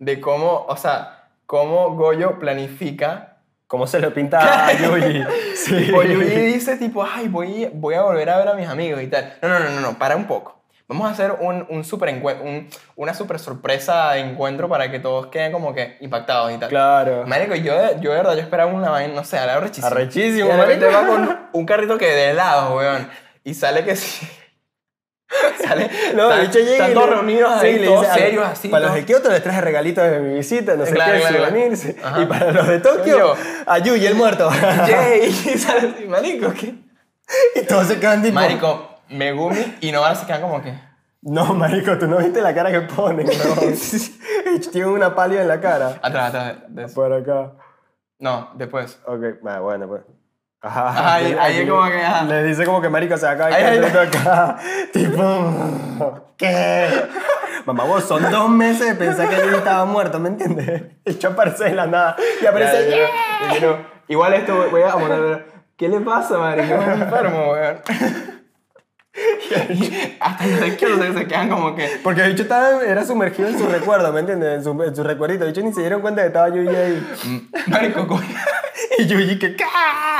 B: de cómo, o sea, cómo Goyo planifica.
A: ¿Cómo se lo pinta a Yuji? Sí.
B: Tipo, Yuji dice, tipo, ay, voy, voy a volver a ver a mis amigos y tal. No, no, no, no, no, para un poco. Vamos a hacer un, un super encue- un, una super sorpresa de encuentro para que todos queden como que impactados y tal.
A: Claro.
B: Marico, yo, de- yo de verdad, yo esperaba una vaina, no sé, algo rechísimo.
A: Arrechísimo,
B: Y de repente
A: marico.
B: va con un carrito que de lado, weón. Y sale que sí. sale.
A: No,
B: tan-
A: el bicho llega y
B: Están todos
A: le-
B: reunidos
A: sí,
B: ahí,
A: le
B: todos
A: dice,
B: serios así.
A: Para los
B: todos-
A: de Kioto les traje regalitos de mi visita, no sé
B: Claro,
A: qué,
B: claro, claro.
A: souvenirs.
B: Ajá.
A: Y para los de Tokio,
B: Yo.
A: a Yuji el muerto.
B: Yay, y sale así, marico, ¿qué?
A: y todos se quedan tipo,
B: Marico, Megumi y Novara se quedan como que.
A: no, marico, tú no viste la cara que ponen, ¿no? Tienen una pálida en la cara.
B: Atrás, atrás. de- de-
A: Por acá.
B: No, después.
A: Ok, ah, bueno, pues. Ajá.
B: Ajá, ahí- ahí es como que, ajá.
A: Le dice como que marico se acaba de
B: Ay, ay,
A: quedar acá. Tipo, ¿qué? Mamá, vos son dos meses de pensar que él estaba muerto, ¿me entiendes? El yo aparece de la nada y aparece.
B: Ya, ya, ya, ya, ya, no. Igual esto, voy a poner. ¿Qué le pasa, marico? Es enfermo, weón. Y Hasta los de Kyoto se quedan como que.
A: Porque el bicho estaba, era sumergido en su recuerdo, ¿me entiendes? En su, en su recuerdito. De hecho, ni se dieron cuenta que estaba Yuji ahí.
B: "Mm, Marico, coño.
A: Y Yuji que. ¡ca!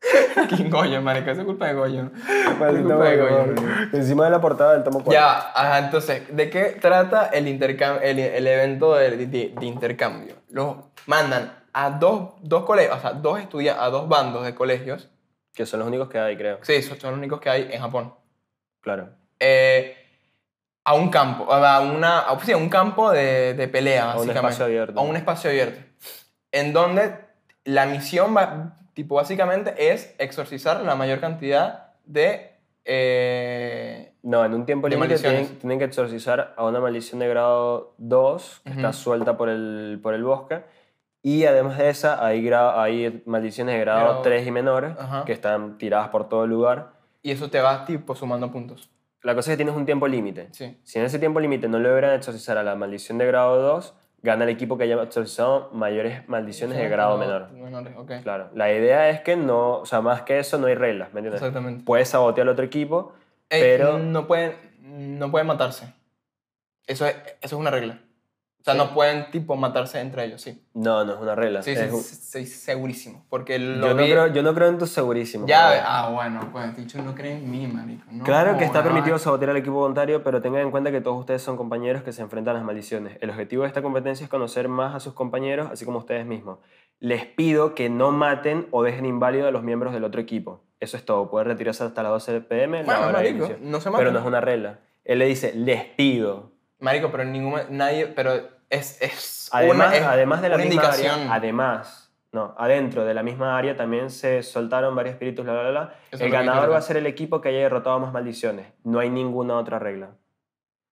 B: ¿Quién Goyo, marico? Eso es culpa de Goyo. Es
A: Maldito
B: culpa de Goyo.
A: huevón. Encima de la portada del tomo 4.
B: Ya, ajá, entonces, ¿de qué trata el, intercam- el, el evento de, de- de intercambio? Los mandan a dos, dos colegios, o sea, dos estudia a dos bandos de colegios.
A: Que son los únicos que hay, creo.
B: Sí, esos son los únicos que hay en Japón.
A: Claro.
B: Eh, a un campo, a una, a, sí, a un campo de, de pelea,
A: A un
B: básicamente.
A: espacio abierto.
B: A un espacio abierto. En donde la misión, ba- tipo, básicamente es exorcizar la mayor cantidad de... eh,
A: No, en un tiempo
B: De
A: límite tienen,
B: maldiciones.
A: tienen que exorcizar a una maldición de grado 2 que está
B: Ujú.
A: suelta por el, por el bosque. Y además de esa, hay, gra- hay maldiciones de grado,
B: Grado-
A: 3 y menores
B: Ajá.
A: que están tiradas por todo el lugar.
B: y eso te va, tipo, sumando puntos.
A: La cosa es que tienes un tiempo límite.
B: Sí.
A: Si en ese tiempo límite no logran exorcizar a la maldición de grado 2, gana el equipo que haya exorcizado mayores maldiciones de grado menor.
B: Menores, ok.
A: Claro. La idea es que no, o sea, más que eso no hay reglas, ¿me entiendes?
B: Exactamente.
A: Puedes sabotear al otro equipo,
B: Ey,
A: pero
B: no pueden, no pueden matarse. Eso es, eso es una regla. O sea, no pueden tipo matarse entre ellos, sí.
A: No, no es una regla.
B: Sí, sí,
A: es un-
B: sí, sí, segurísimo. Porque lo
A: yo, no
B: vi-
A: creo, yo no creo en tus segurísimos.
B: Ya,
A: weón.
B: ah, bueno, pues dicho no creen en mí, marico. No, eh.
A: Claro que está
B: weón.
A: permitido sabotear al equipo voluntario, pero tengan en cuenta que todos ustedes son compañeros que se enfrentan a las maldiciones. El objetivo de esta competencia es conocer más a sus compañeros, así como ustedes mismos. Les pido que no maten o dejen inválido a los miembros del otro equipo. Eso es todo. Pueden retirarse hasta las 12 pm, la
B: Bueno,
A: hora de
B: marico,
A: inicio.
B: no se
A: Pero
B: matan.
A: no es una regla. Él le dice, les pido.
B: Marico, pero ningún nadie, pero es es
A: Además,
B: una, es
A: además de la
B: una
A: misma
B: indicación.
A: área, además, no, adentro de la misma área también se soltaron varios espíritus, la, la, la, la.
B: Eso es lo
A: El
B: que quiero
A: ganador va a
B: decir.
A: ser el equipo que haya derrotado más maldiciones. No hay ninguna otra regla.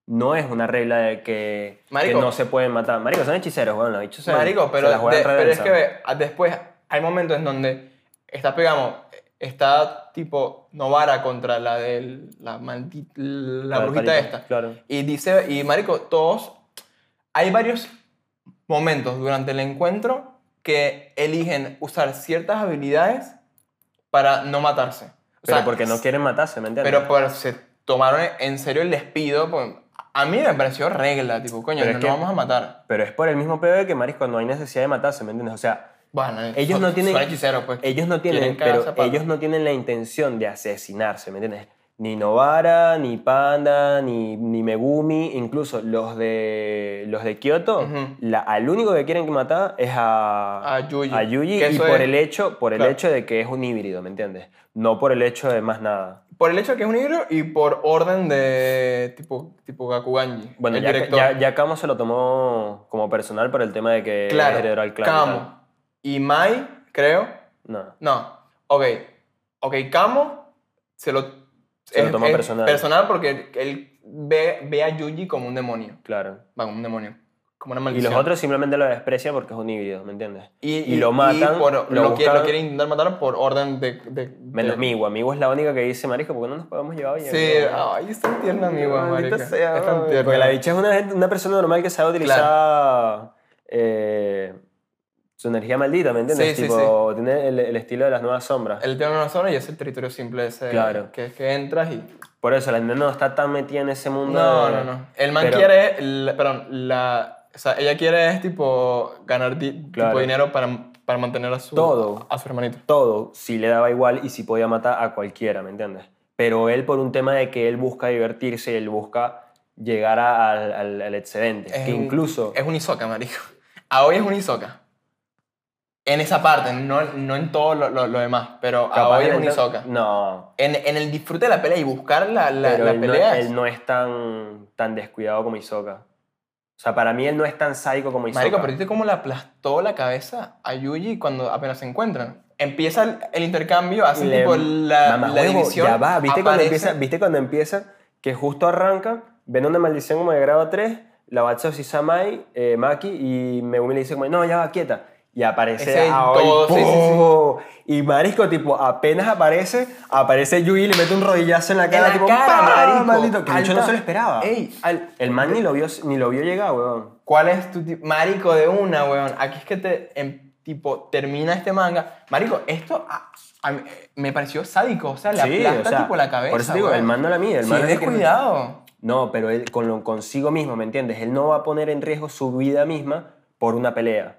A: No es una regla de que, que
B: Marico.
A: no se pueden matar. Marico, son hechiceros, bueno, los hechiceros.
B: Marico, pero,
A: se la juegan
B: de- pero es
A: reversa.
B: que ve, a- después hay momentos en donde está pegamos, está tipo Novara contra la del la maldita la,
A: Claro,
B: brujita
A: Parito,
B: esta.
A: Claro.
B: Y dice, y Marico, todos. Hay varios momentos durante el encuentro que eligen usar ciertas habilidades para no matarse. O
A: Pero
B: sea,
A: porque no quieren matarse, ¿me entiendes?
B: Pero por- se tomaron en serio el despido. pues, a mí me pareció regla, tipo, coño,
A: Pero
B: no
A: es
B: nos
A: que-
B: vamos a matar.
A: Pero es por el mismo PB que, Marisco, no hay necesidad de matarse, ¿me entiendes? O sea,
B: Bueno,
A: Ellos no tienen-
B: Son hechiceros, pues.
A: Ellos no tienen,
B: Quieren cagar
A: pero
B: zapatos.
A: ellos no tienen la intención de asesinarse, ¿me entiendes? Ni Novara, ni Panda, ni, ni Megumi, incluso los de los de Kyoto,
B: Ujú.
A: la- al único que quieren matar es a,
B: A Yuji.
A: a Yuji,
B: Que
A: y
B: eso
A: por
B: es-
A: el hecho, por el
B: claro.
A: hecho de que es un híbrido, ¿me entiendes? No por el hecho de más nada.
B: Por el hecho de que es un híbrido y por orden de tipo, tipo Gakuganji.
A: Bueno,
B: el
A: ya,
B: director.
A: ya, ya Kamo se lo tomó como personal por el tema de que es heredero
B: claro,
A: al clan. y tal.
B: Kamo. Y Mai, creo,
A: No.
B: No, ok. Ok, Camo se lo,
A: Se lo toma personal.
B: porque él ve, ve a Yuji como un demonio.
A: Claro.
B: Bueno, un demonio. Como una
A: Y
B: maldición.
A: los otros simplemente lo desprecian porque es un híbrido, ¿me entiendes?
B: Y,
A: y lo matan,
B: por-
A: lo
B: lo, qui-
A: buscan.
B: lo quieren intentar matar por orden de. de-
A: Menos
B: de-
A: Miwa. Miwa es la única que dice, marico, ¿por qué no nos podemos llevar bien?
B: Sí, ay, es tan tierna, mi guay,
A: Maldita
B: marica.
A: sea,
B: Es tan
A: weón.
B: tierna.
A: Porque la bicha es una, gente- una persona normal que sabe utilizar eh, su energía maldita, ¿me entiendes?
B: Sí, sí,
A: tipo, tiene el, el estilo de las nuevas sombras.
B: El tema de una zona y es el territorio simple ese.
A: Claro.
B: Que, que entras y.
A: Por eso, la nena no está tan metida en ese mundo.
B: No,
A: de-
B: no, no. El man
A: pero-
B: quiere, el- perdón, la, o sea, ella quiere es tipo ganar di- tipo
A: Claro.
B: dinero para, para mantener a su,
A: Todo.
B: a su hermanito.
A: Todo sí le daba igual y sí podía matar a cualquiera, ¿me entiendes? Pero él por un tema de que él busca divertirse, él busca llegar a- al, al- al excedente.
B: Es
A: que
B: un-
A: incluso...
B: Es un Isoca, marico. A hoy es un Isoca. En esa parte, no, no en todo lo, lo- lo demás, pero a
A: capaz
B: hoy es
A: él
B: un
A: no-
B: Isoca.
A: No,
B: En, en el disfrute de la pelea y buscar la, la,
A: pero
B: la
A: él,
B: pelea.
A: no, él no es tan, tan descuidado como Hisoka. O sea, para mí él no es tan sádico como Hisoka.
B: Marico, pero ¿viste cómo le aplastó la cabeza a Yuji cuando apenas se encuentran? Empieza el, el intercambio,
A: Y
B: hacen
A: le-
B: tipo la,
A: mamá,
B: la
A: huevo,
B: división.
A: Ya va, ¿viste cuando,
B: aparece-
A: empieza, ¿viste cuando empieza? Que justo arranca, ven una maldición como de grado 3, la bacha Samai, eh, Maki, y Megumi le dice como, no, ya va, quieta. Y aparece
B: Ese
A: Aoi,
B: todo, sí, sí, sí.
A: ¡pum! Y Marisco, tipo, apenas aparece, aparece Yui y le mete un rodillazo en la cara.
B: la
A: tipo,
B: cara,
A: ¡pam!
B: marico.
A: maldito, que el bicho no
B: Alta.
A: se lo esperaba.
B: Ey, al-
A: El man ni lo vio, ni lo vio llegar, weón.
B: ¿Cuál es tu tipo? Marico, de una, weón. Aquí es que te, em, tipo, termina este manga. Marico, esto a- a mí, eh, me pareció sádico. O sea, le aplasta tipo la cabeza.
A: Por eso digo, el man no la mide. El
B: El
A: man
B: sí,
A: es el que-
B: descuidado.
A: No, pero él con lo, consigo mismo, ¿me entiendes? Él no va a poner en riesgo su vida misma por una pelea.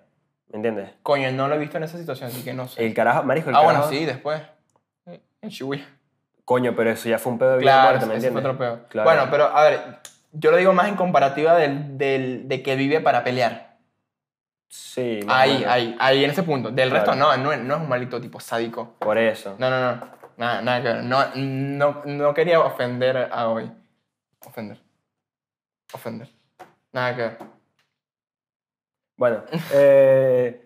A: ¿Me entiendes?
B: Coño, no lo he visto en esa situación, así que no sé.
A: El carajo, marico, el
B: ah,
A: carajo.
B: bueno, sí, después. Eh, En Shibuya.
A: Coño, pero eso ya fue un pedo de vida o
B: Claro,
A: muerte, ¿me
B: ese fue
A: entiendes?
B: otro peor.
A: Claro.
B: Bueno, pero a ver, yo lo digo más en comparativa del, del- de que vive para pelear.
A: Sí. más o
B: Ahí,
A: menos.
B: ahí, ahí, en ese punto. Del
A: Claro.
B: resto, no, no, es- no es un maldito tipo sádico.
A: Por eso.
B: No, no, no. Nada, nada que ver. No, no, no quería ofender a hoy. Ofender. Ofender. Nada que ver.
A: Bueno, eh,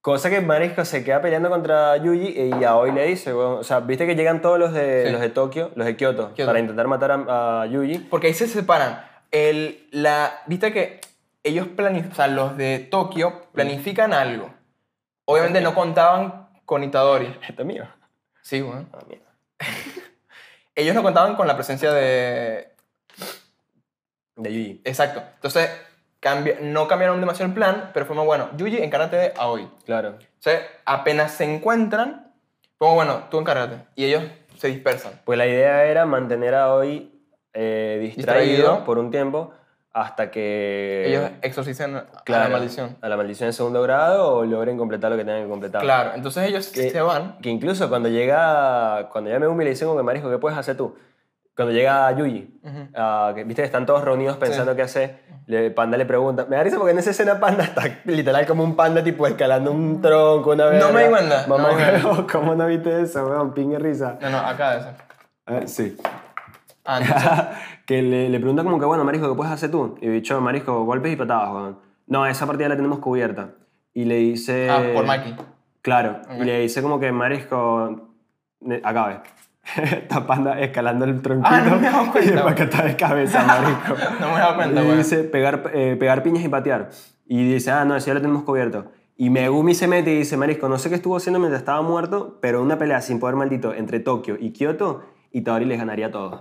A: cosa que Marisco se queda peleando contra Yuji y a hoy le dice, weón, o sea, viste que llegan todos los de,
B: Sí.
A: los de Tokio, los de Kyoto,
B: Kyoto.
A: para intentar matar a, a Yuji.
B: Porque ahí se separan. El, la, Viste que ellos planifican, o sea, los de Tokio planifican algo. Obviamente no contaban con Itadori.
A: Esto es mío.
B: Sí, bueno.
A: Ah, mierda.
B: Ellos no contaban con la presencia de...
A: De Yuji.
B: Exacto. Entonces, cambi- no cambiaron demasiado el plan, pero fue más bueno. Yuji, encárgate de Aoi.
A: Claro.
B: O sea, apenas se encuentran, pongo, bueno, tú encárgate. Y ellos se dispersan.
A: Pues la idea era mantener a hoy eh, distraído,
B: Distraído.
A: por un tiempo, hasta que...
B: Ellos exorcizan a la
A: Claro,
B: maldición.
A: A la maldición en segundo grado o logren completar lo que tengan que completar.
B: Claro, entonces ellos
A: Que-
B: se van.
A: Que incluso cuando llega, cuando ya me y le dicen como que Marisco, ¿qué puedes hacer tú? Cuando llega Yuji,
B: Ujú.
A: ah, que, viste que están todos reunidos pensando qué hacer, le- Panda le pregunta, me da risa porque en esa escena Panda está literal como un panda tipo escalando un tronco una vez.
B: No me di cuenta,
A: Mamá,
B: no me di
A: huevo, ¿cómo no viste eso, weón? Pingue risa.
B: No, no, acá es.
A: Eh, sí.
B: Ah, entonces-
A: que le, le pregunta como que, bueno, Marisco, ¿qué puedes hacer tú? Y el bicho, Marisco, golpes y patadas, weón. No, esa partida la tenemos cubierta. Y le dice...
B: ah, por Mikey.
A: Claro,
B: Ok.
A: y le dice como que Marisco ne- acabe. Está panda escalando el tronquito
B: Ah, no me he dado
A: y
B: cuenta,
A: después que está de cabeza, Marisco.
B: No me he dado cuenta,
A: Y
B: güey.
A: dice pegar, eh, pegar piñas y patear. Y dice, ah, no, eso ya lo tenemos cubierto. Y Megumi se mete y dice, Marisco, no sé qué estuvo haciendo mientras estaba muerto, pero una pelea sin poder maldito entre Tokio y Kioto, Itadori les ganaría a todos.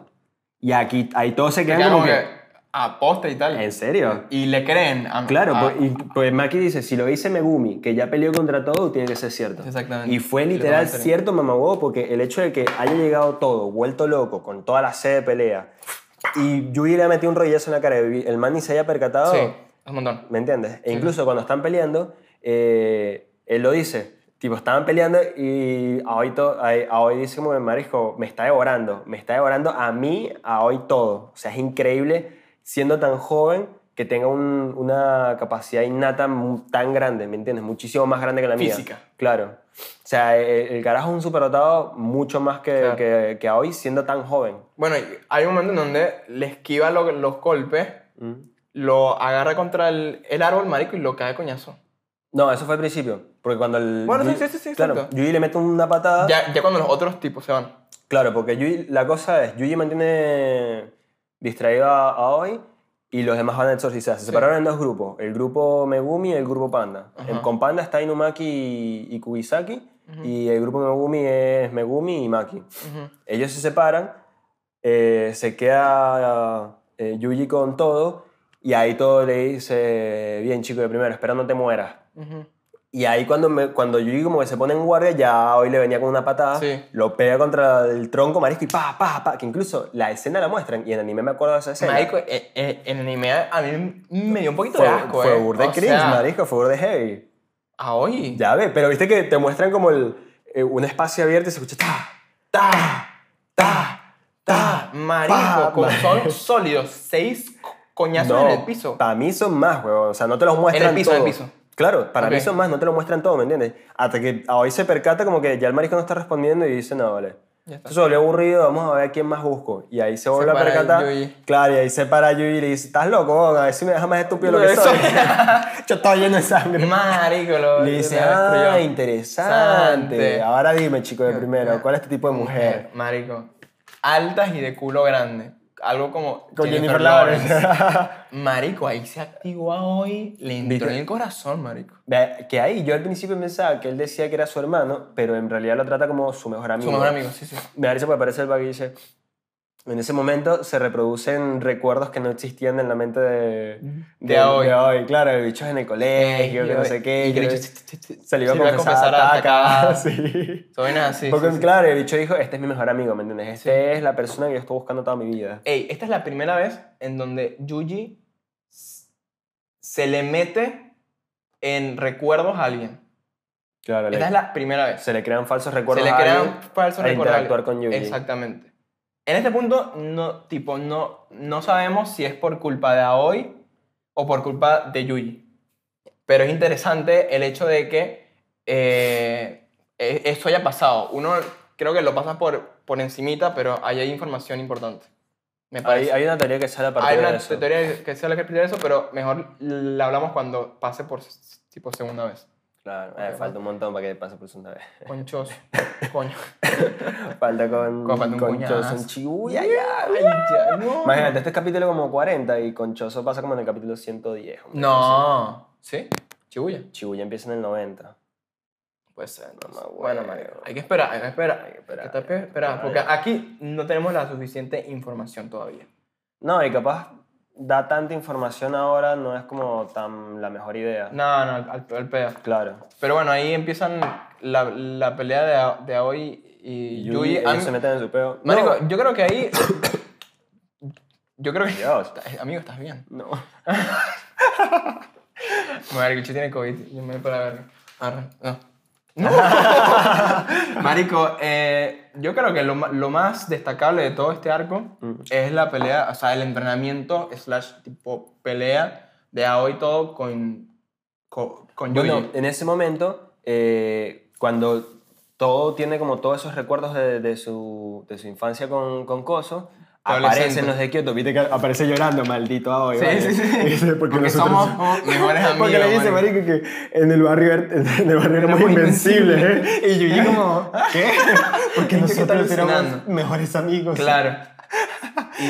A: Y aquí, ahí todos se quedan
B: Quedan
A: como
B: como
A: que,
B: que aposta y tal.
A: ¿en serio?
B: Y le creen. a-
A: Claro,
B: a-
A: pues, y, pues Maki dice, si lo dice Megumi, que ya peleó contra todo, tiene que ser cierto.
B: Exactamente.
A: Y fue
B: Y lo
A: literal
B: toman en serio.
A: cierto, mamá huevo, porque el hecho de que haya llegado todo, vuelto loco, con toda la sed de pelea, y Yui le ha metido un rodillazo en la cara, y el man ni se haya percatado,
B: Sí, es un montón.
A: ¿me entiendes? E incluso cuando están peleando, eh, él lo dice. Tipo, estaban peleando y Aoi, to- Aoi- Aoi dice como, marisco, me está devorando, me está devorando a mí, a hoy todo. O sea, es increíble siendo tan joven que tenga un- una capacidad innata mu- tan grande, ¿me entiendes? Muchísimo más grande que la mía.
B: Física.
A: Claro. O sea, el, el carajo es un superdotado mucho más que,
B: Claro.
A: que, que Aoi siendo tan joven.
B: Bueno, y hay un momento en donde le esquiva lo- los golpes,
A: ¿Mm?
B: lo agarra contra el, el árbol, marico, y lo cae de coñazo.
A: No, eso fue al principio. Porque cuando el...
B: Bueno, sí,
A: Yui-
B: sí, sí, sí,
A: Claro,
B: exacto.
A: Yui le mete una patada.
B: Ya, ya cuando los otros tipos se van.
A: Claro, porque Yuji- la cosa es, Yuji mantiene distraído a, a Aoi y los demás van a exorcizar. Se separaron en dos grupos, el grupo Megumi y el grupo Panda. El,
B: Ajá.
A: con Panda está Inumaki y, y Kubisaki y el grupo Megumi es Megumi y Maki.
B: Ujú.
A: Ellos se separan, eh, se queda eh, Yuji con todo y ahí todo le dice, bien chico de primero, espera no te mueras.
B: Ujú.
A: Y ahí cuando, me, cuando Yuji como que se pone en guardia, ya hoy le venía con una patada,
B: Sí.
A: lo pega contra el tronco marisco y pa, pa, pa, que incluso la escena la muestran y en anime me acuerdo de esa escena.
B: Marico, eh, eh, en anime a mí me dio un poquito
A: fue,
B: de asco,
A: fue
B: eh.
A: burda de
B: O
A: cringe,
B: sea,
A: marisco, fue burda de heavy.
B: Ah, oye.
A: Ya ve, pero viste que te muestran como el, eh, un espacio abierto y se escucha ta, ta, ta,
B: Ta,
A: ta.
B: marico,
A: pa,
B: con-
A: ma-
B: son sólidos seis co- coñazos en el piso.
A: Para mí son más, weón. O sea, no te los muestran
B: piso, en el
A: todo.
B: piso.
A: Claro, para mí
B: Ok.
A: son más, no te lo muestran todo, ¿me entiendes? Hasta que hoy se percata como que ya el marisco no está respondiendo y dice, no, vale.
B: Ya está.
A: Entonces se volvió aburrido, vamos a ver a quién más busco. Y ahí se vuelve a
B: para
A: percatar.
B: Yuji.
A: Claro, y ahí se para Yuji y le dice, estás loco, weón? a ver si me dejas más estúpido lo
B: Lo
A: que
B: que
A: soy.
B: soy.
A: Yo estaba lleno de sangre.
B: Marico, lo
A: Le
B: lo
A: dice,
B: destruyó.
A: ah, interesante.
B: Sante.
A: Ahora dime, chico de primero, ¿cuál es tu tipo de
B: Mujer,
A: mujer?
B: Eh, marico. Altas y de culo grande. Algo como
A: Con Jennifer Lawrence.
B: Marico, ahí se activó a hoy. Le entró en el corazón, marico.
A: Ve, que ahí yo al principio pensaba que él decía que era su hermano, pero en realidad lo trata como su mejor amigo.
B: Su mejor amigo, sí, sí.
A: Me da risa porque aparece el vago y dice, en ese momento se reproducen recuerdos que no existían en la mente de, de,
B: De hoy.
A: Claro, de bichos en el colegio, que no sé qué.
B: Y que le
A: que-
B: dice,
A: se le iba a confesar,
B: a
A: ataca,
B: atacar.
A: sí.
B: Soy nada así.
A: Porque,
B: sí, sí.
A: claro, el bicho dijo, este es mi mejor amigo, ¿me entiendes? Este es la persona que yo estoy buscando toda mi vida.
B: Ey, esta es la primera vez en donde Yuji s- se le mete en recuerdos a alguien.
A: Claro, le-
B: Esta es la primera vez.
A: se le crean falsos
B: Se
A: recuerdos
B: le
A: a
B: crean
A: alguien
B: falsos
A: al
B: recuerdos. a alguien.
A: interactuar con Yuji.
B: Exactamente. En este punto, no, tipo, no, no sabemos si es por culpa de Aoi o por culpa de Yuji. Pero es interesante el hecho de que eh, e- esto haya pasado. Uno creo que lo pasa por, por encimita, pero ahí hay información importante. Me
A: Hay,
B: parece.
A: hay una teoría que sale a partir
B: Hay
A: de
B: una
A: eso.
B: teoría que sea la que explica eso, pero mejor la hablamos cuando pase por s- tipo segunda vez.
A: Claro, eh,
B: Ok,
A: falta un montón para que pase por segunda vez.
B: Conchos, coño.
A: Falta con,
B: Como falta un
A: con
B: puñazo.
A: Chozo en Chibuya.
B: Ay, ya, no.
A: Imagínate, este es capítulo como 40 y con Chozo pasa como en el capítulo 110. hombre.
B: No. ¿Sí? Chibuya.
A: Chibuya empieza en el 90.
B: Puede ser. entonces.
A: Mamá,
B: bueno,
A: güey.
B: marico, Hay que esperar, hay que esperar. Hay que
A: esperar,
B: esperar.
A: hay que esperar.
B: porque aquí no tenemos la suficiente información todavía.
A: No, y capaz da tanta información ahora, no es como tan la mejor idea.
B: No, no, al, al- al pedo.
A: Claro.
B: Pero bueno, ahí empiezan la, la pelea de, A- de Aoi y,
A: Y
B: Yui.
A: Yui,
B: A
A: ellos
B: mí-
A: se meten en su peo.
B: Marico,
A: No,
B: yo creo que ahí Yo creo que...
A: Dios.
B: eh, Amigo, ¿estás bien?
A: No.
B: Marico, tiene COVID. Yo me voy para verlo. Arre, No. Marico, eh, yo creo que lo, ma- lo más destacable de todo este arco
A: Mm.
B: es la pelea, o sea, el entrenamiento slash tipo pelea de AO y todo con, con, con Yuji.
A: Bueno, en ese momento, eh, cuando todo tiene como todos esos recuerdos de, de su, de su infancia con, con Coso,
B: Adolescente.
A: aparecen los de Kioto. Viste que aparece llorando, maldito ahora.
B: Sí, sí, sí. Porque somos como mejores amigos.
C: Porque le dice, marico, que en el barrio,
A: er,
C: en el barrio éramos
B: Éramos
C: invencibles, ¿eh? Y Yuji como, ¿qué? Porque
B: Este que está
C: nosotros éramos
B: alucinando.
C: mejores amigos.
B: Claro.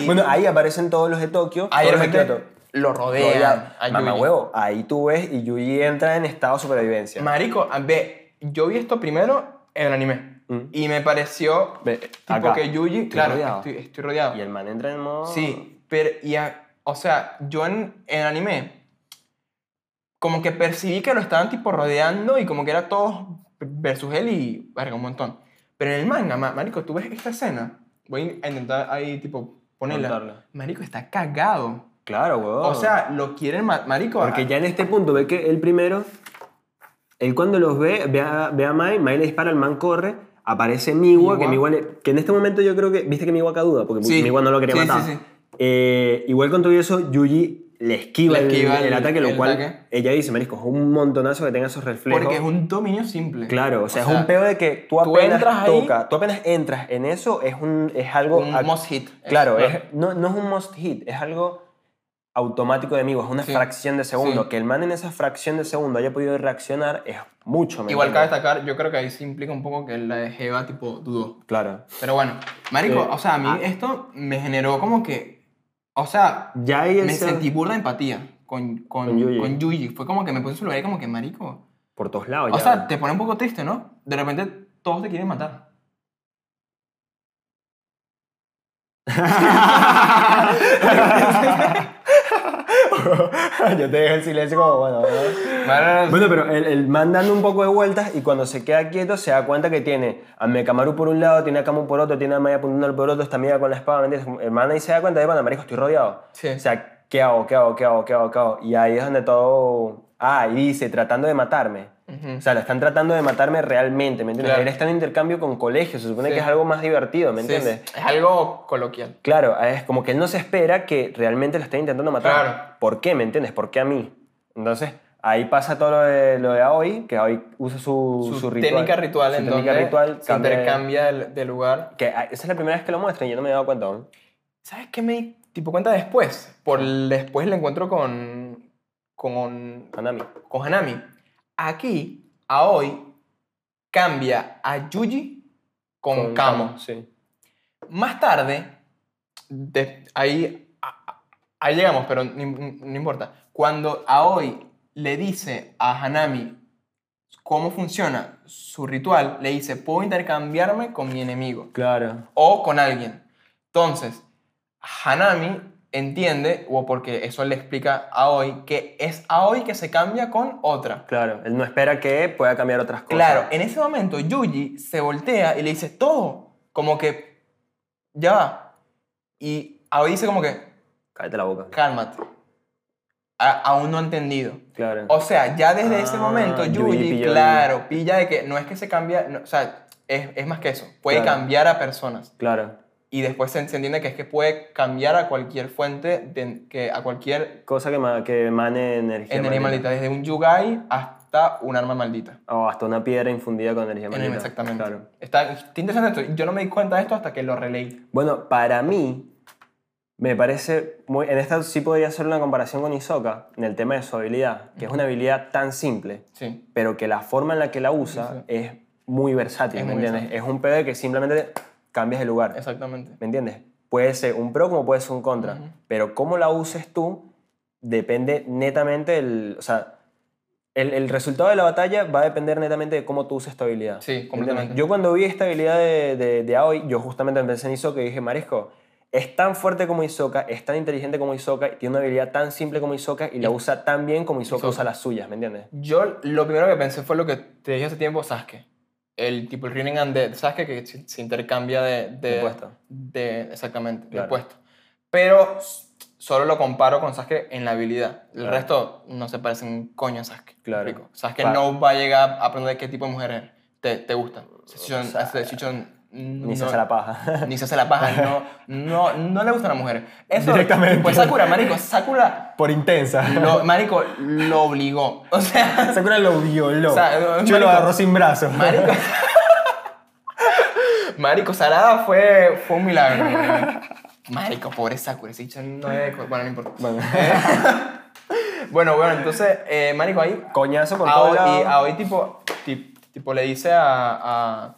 A: Bueno, ahí aparecen todos los de Tokio.
B: Ahí
A: todos
B: los
A: los de Kioto.
B: lo rodean.
A: Rodean.
B: a
A: Mamá
B: Yuji.
A: huevo, ahí tú ves y Yuji entra en estado de supervivencia.
B: Marico, a- ve, yo vi esto primero en el anime.
A: Mm.
B: Y me pareció
A: Ve,
B: tipo
A: acá.
B: que Yuji,
A: Estoy
B: claro,
A: rodeado.
B: estoy, estoy rodeado.
A: Y el man entra en modo...
B: Sí, pero, y a- o sea, yo en, en anime, como que percibí que lo estaban tipo rodeando y como que era todos versus él y verga, un montón. Pero en el manga, ma- marico, tú ves esta escena, voy a intentar ahí tipo ponerla.
A: Contarla.
B: Marico, está cagado.
A: Claro, huevón.
B: O sea, ah. lo quieren, ma- marico.
A: Porque ya en este punto ve que el primero, él cuando los ve, ve a, ve a Mai, Mai le dispara, el man corre, aparece Miwa,
B: Miwa.
A: que Miwa, le- que en este momento yo creo que, viste que Miwa duda, porque
B: Sí.
A: Miwa no lo quería
B: Sí,
A: matar.
B: sí, sí.
A: Eh, igual con todo eso, Yuji le esquiva,
B: Le
A: el-
B: esquiva
A: el,
B: el-
A: ataque, lo
B: el
A: cual
B: ataque.
A: ella dice, marisco, es un montonazo que tenga esos reflejos.
B: porque es un dominio simple.
A: Claro, o sea, es un peo de que tú
B: tú
A: apenas
B: entras ahí-
A: toca, tú apenas entras en eso, es, un, es algo...
B: un
A: ac-
B: must hit.
A: Claro,
B: Es-
A: es- no, no es un must hit, es algo automático de mí, es una
B: Sí,
A: fracción de segundo.
B: sí.
A: Que el man en esa fracción de segundo haya podido reaccionar es mucho mejor.
B: Igual cabe destacar, yo creo que ahí se implica un poco que la de Jeva tipo dudó.
A: Claro.
B: Pero bueno, marico,
A: Eh,
B: o sea, a mí
A: ah.
B: esto me generó como que, o sea,
A: Ya ahí
B: me
A: esa-
B: sentí burda de empatía con, con,
A: Con Yuji.
B: con, Yuji. Fue como que me puse en su lugar y como que, marico,
A: por todos lados.
B: o
A: Pues ya.
B: sea, te pone un poco triste, ¿no? De repente todos te quieren matar.
A: yo te dejo el silencio como bueno. ¿no? Bueno, pero el, el man dando un poco de vueltas y cuando se queda quieto se da cuenta que tiene a Mekamaru por un lado, tiene a Kamu por otro, tiene a Maya apuntando por otro, está Mia con la espada, ¿me entiendes? Como, El man ahí se da cuenta de, bueno, marico, estoy rodeado.
B: Sí.
A: O sea, ¿qué hago? ¿Qué hago? ¿Qué hago? ¿Qué hago? ¿Qué hago? Y ahí es donde todo... Ah, y dice, tratando de matarme.
B: Ujú.
A: O sea, la están tratando de matarme realmente, ¿me entiendes?
B: Claro.
A: Él está en intercambio con colegios, se supone
B: Sí.
A: que es algo más divertido, ¿me
B: Sí,
A: entiendes?
B: sí, Es algo coloquial.
A: Claro, ah, es como que él no se espera que realmente lo estén intentando matar.
B: Claro.
A: ¿Por qué? ¿Me entiendes? ¿Por qué a mí? Entonces, ahí pasa todo lo de, lo de Aoi, que Aoi usa su,
B: Su,
A: su ritual.
B: técnica ritual
A: su
B: en
A: técnica
B: donde
A: ritual,
B: se
A: cambia de-
B: intercambia de, de lugar.
A: Que ah, esa es la primera vez que lo muestran, yo no me he dado cuenta aún.
B: ¿Sabes qué me di tipo cuenta después? Por el- después el encuentro con, con
A: Anami.
B: con Hanami. Aquí, a hoy, cambia a Yuji con, Kamo.
A: Sí.
B: Más tarde, de- ahí, a- a- ahí llegamos, pero no, im- no importa. Cuando Aoi le dice a Hanami cómo funciona su ritual, le dice, puedo intercambiarme con mi enemigo
A: Claro.
B: o con alguien. Entonces, Hanami entiende, o porque eso le explica a Aoi, que es Aoi que se cambia con otra.
A: Claro, él no espera que pueda cambiar otras cosas.
B: Claro, en ese momento Yuji se voltea y le dice todo, como que ya va. Y Aoi dice como que,
A: Cállate la boca.
B: cálmate. A- aún no ha entendido.
A: Claro.
B: O sea, ya desde ese
A: Ah,
B: momento
A: Yuji
B: Yuji,
A: pilló ahí.
B: claro, pilla de que no es que se cambia, no, o sea, es, es más que eso. Puede
A: Claro.
B: cambiar a personas.
A: Claro.
B: Y después se, se entiende que es que puede cambiar a cualquier fuente, de- que a cualquier
A: Cosa que, ma- que emane energía.
B: energía maldita, desde un Yugai hasta un arma maldita.
A: O hasta una piedra infundida con energía
B: En
A: maldita.
B: anime, exactamente.
A: Claro.
B: Está, está interesante esto. Yo no me di cuenta de esto hasta que lo releí.
A: Bueno, para mí, me parece muy. En esta sí podría hacer una comparación con Hisoka en el tema de su habilidad, que es una habilidad tan simple,
B: Sí.
A: pero que la forma en la que la usa
B: Sí,
A: es muy versátil,
B: Es
A: ¿me
B: muy
A: entiendes? Es un pedo de que simplemente cambias de lugar,
B: Exactamente.
A: ¿me entiendes? Puede ser un pro como puede ser un contra,
B: Ujú.
A: pero cómo la uses tú depende netamente del. O sea, el, el resultado de la batalla va a depender netamente de cómo tú uses tu habilidad.
B: Sí,
A: ¿Entiendes?
B: completamente.
A: Yo cuando vi esta habilidad de, de, de Aoi, yo justamente pensé en Hisoka y dije, Marisco, es tan fuerte como Hisoka, es tan inteligente como Hisoka, y tiene una habilidad tan simple como Hisoka y la usa tan bien como Hisoka,
B: Hisoka.
A: usa las suyas, ¿me entiendes?
B: Yo lo primero que pensé fue lo que te dije hace tiempo, Sasuke. El tipo, el Rinnegan de Sasuke que se, se intercambia de... De,
A: De puesto.
B: de- exactamente,
A: Claro.
B: de puesto. Pero s- solo lo comparo con Sasuke en la habilidad. El
A: Claro.
B: resto no se parecen un coño a Sasuke. ¿me
A: Claro.
B: explico? Sasuke
A: Pa-
B: no va a llegar a aprender qué tipo de mujeres te, te gustan. Shichon-
A: O sea,
B: este, Shichon
A: Ni se
B: no-
A: hace la paja.
B: ni se hace la paja. No, no, no le gustan las mujeres. Eso,
C: Directamente.
B: Pues Sakura, marico, Sakura,
C: Por intensa.
B: lo, marico, lo obligó. O sea,
C: Sakura lo violó.
B: O sea, no,
C: Yo lo
B: marico.
C: agarró sin brazos.
B: marico. Marico, Sarada fue, fue un milagro. weón. Marico, pobre Sakura, ese bicho no es... Bueno, no importa.
A: Bueno.
B: Bueno, bueno, entonces, eh, marico, ahí
A: Coñazo por
B: Ao-
A: todos
B: y
A: lados.
B: Aoi tipo, ti- tipo le dice a, a,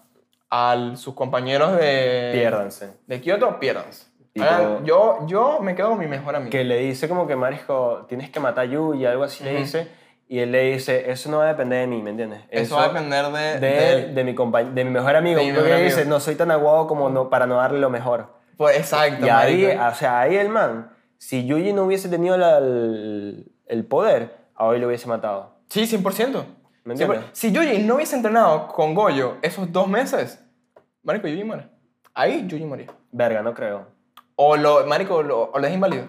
B: a sus compañeros de...
A: Piérdanse.
B: De Kioto, pierdas.
A: Tipo-
B: yo, yo me quedo con mi mejor amigo.
A: Que le dice como que Marisco, tienes que matar a Yu y algo así le dice. Y él le dice, eso no va a depender de mí, ¿me entiendes?
B: Eso va a depender de...
A: de,
B: de-
A: de mi, compañ- de mi mejor amigo.
B: De mi
A: Creo que
B: mejor
A: dice,
B: amigo.
A: no soy tan aguado como no, para no darle lo mejor.
B: Pues, exacto,
A: Y ahí,
B: marico.
A: o sea, ahí el man, si Yuji no hubiese tenido la- el, el poder, a hoy lo hubiese matado.
B: Sí, 100%.
A: ¿Me entiendes?
B: 100%. Si Yuji no hubiese entrenado con Goyo esos dos meses, marico, Yuji muere. Ahí Yuji moría.
A: Verga, no creo.
B: O lo, marico, lo, o lo es inválido.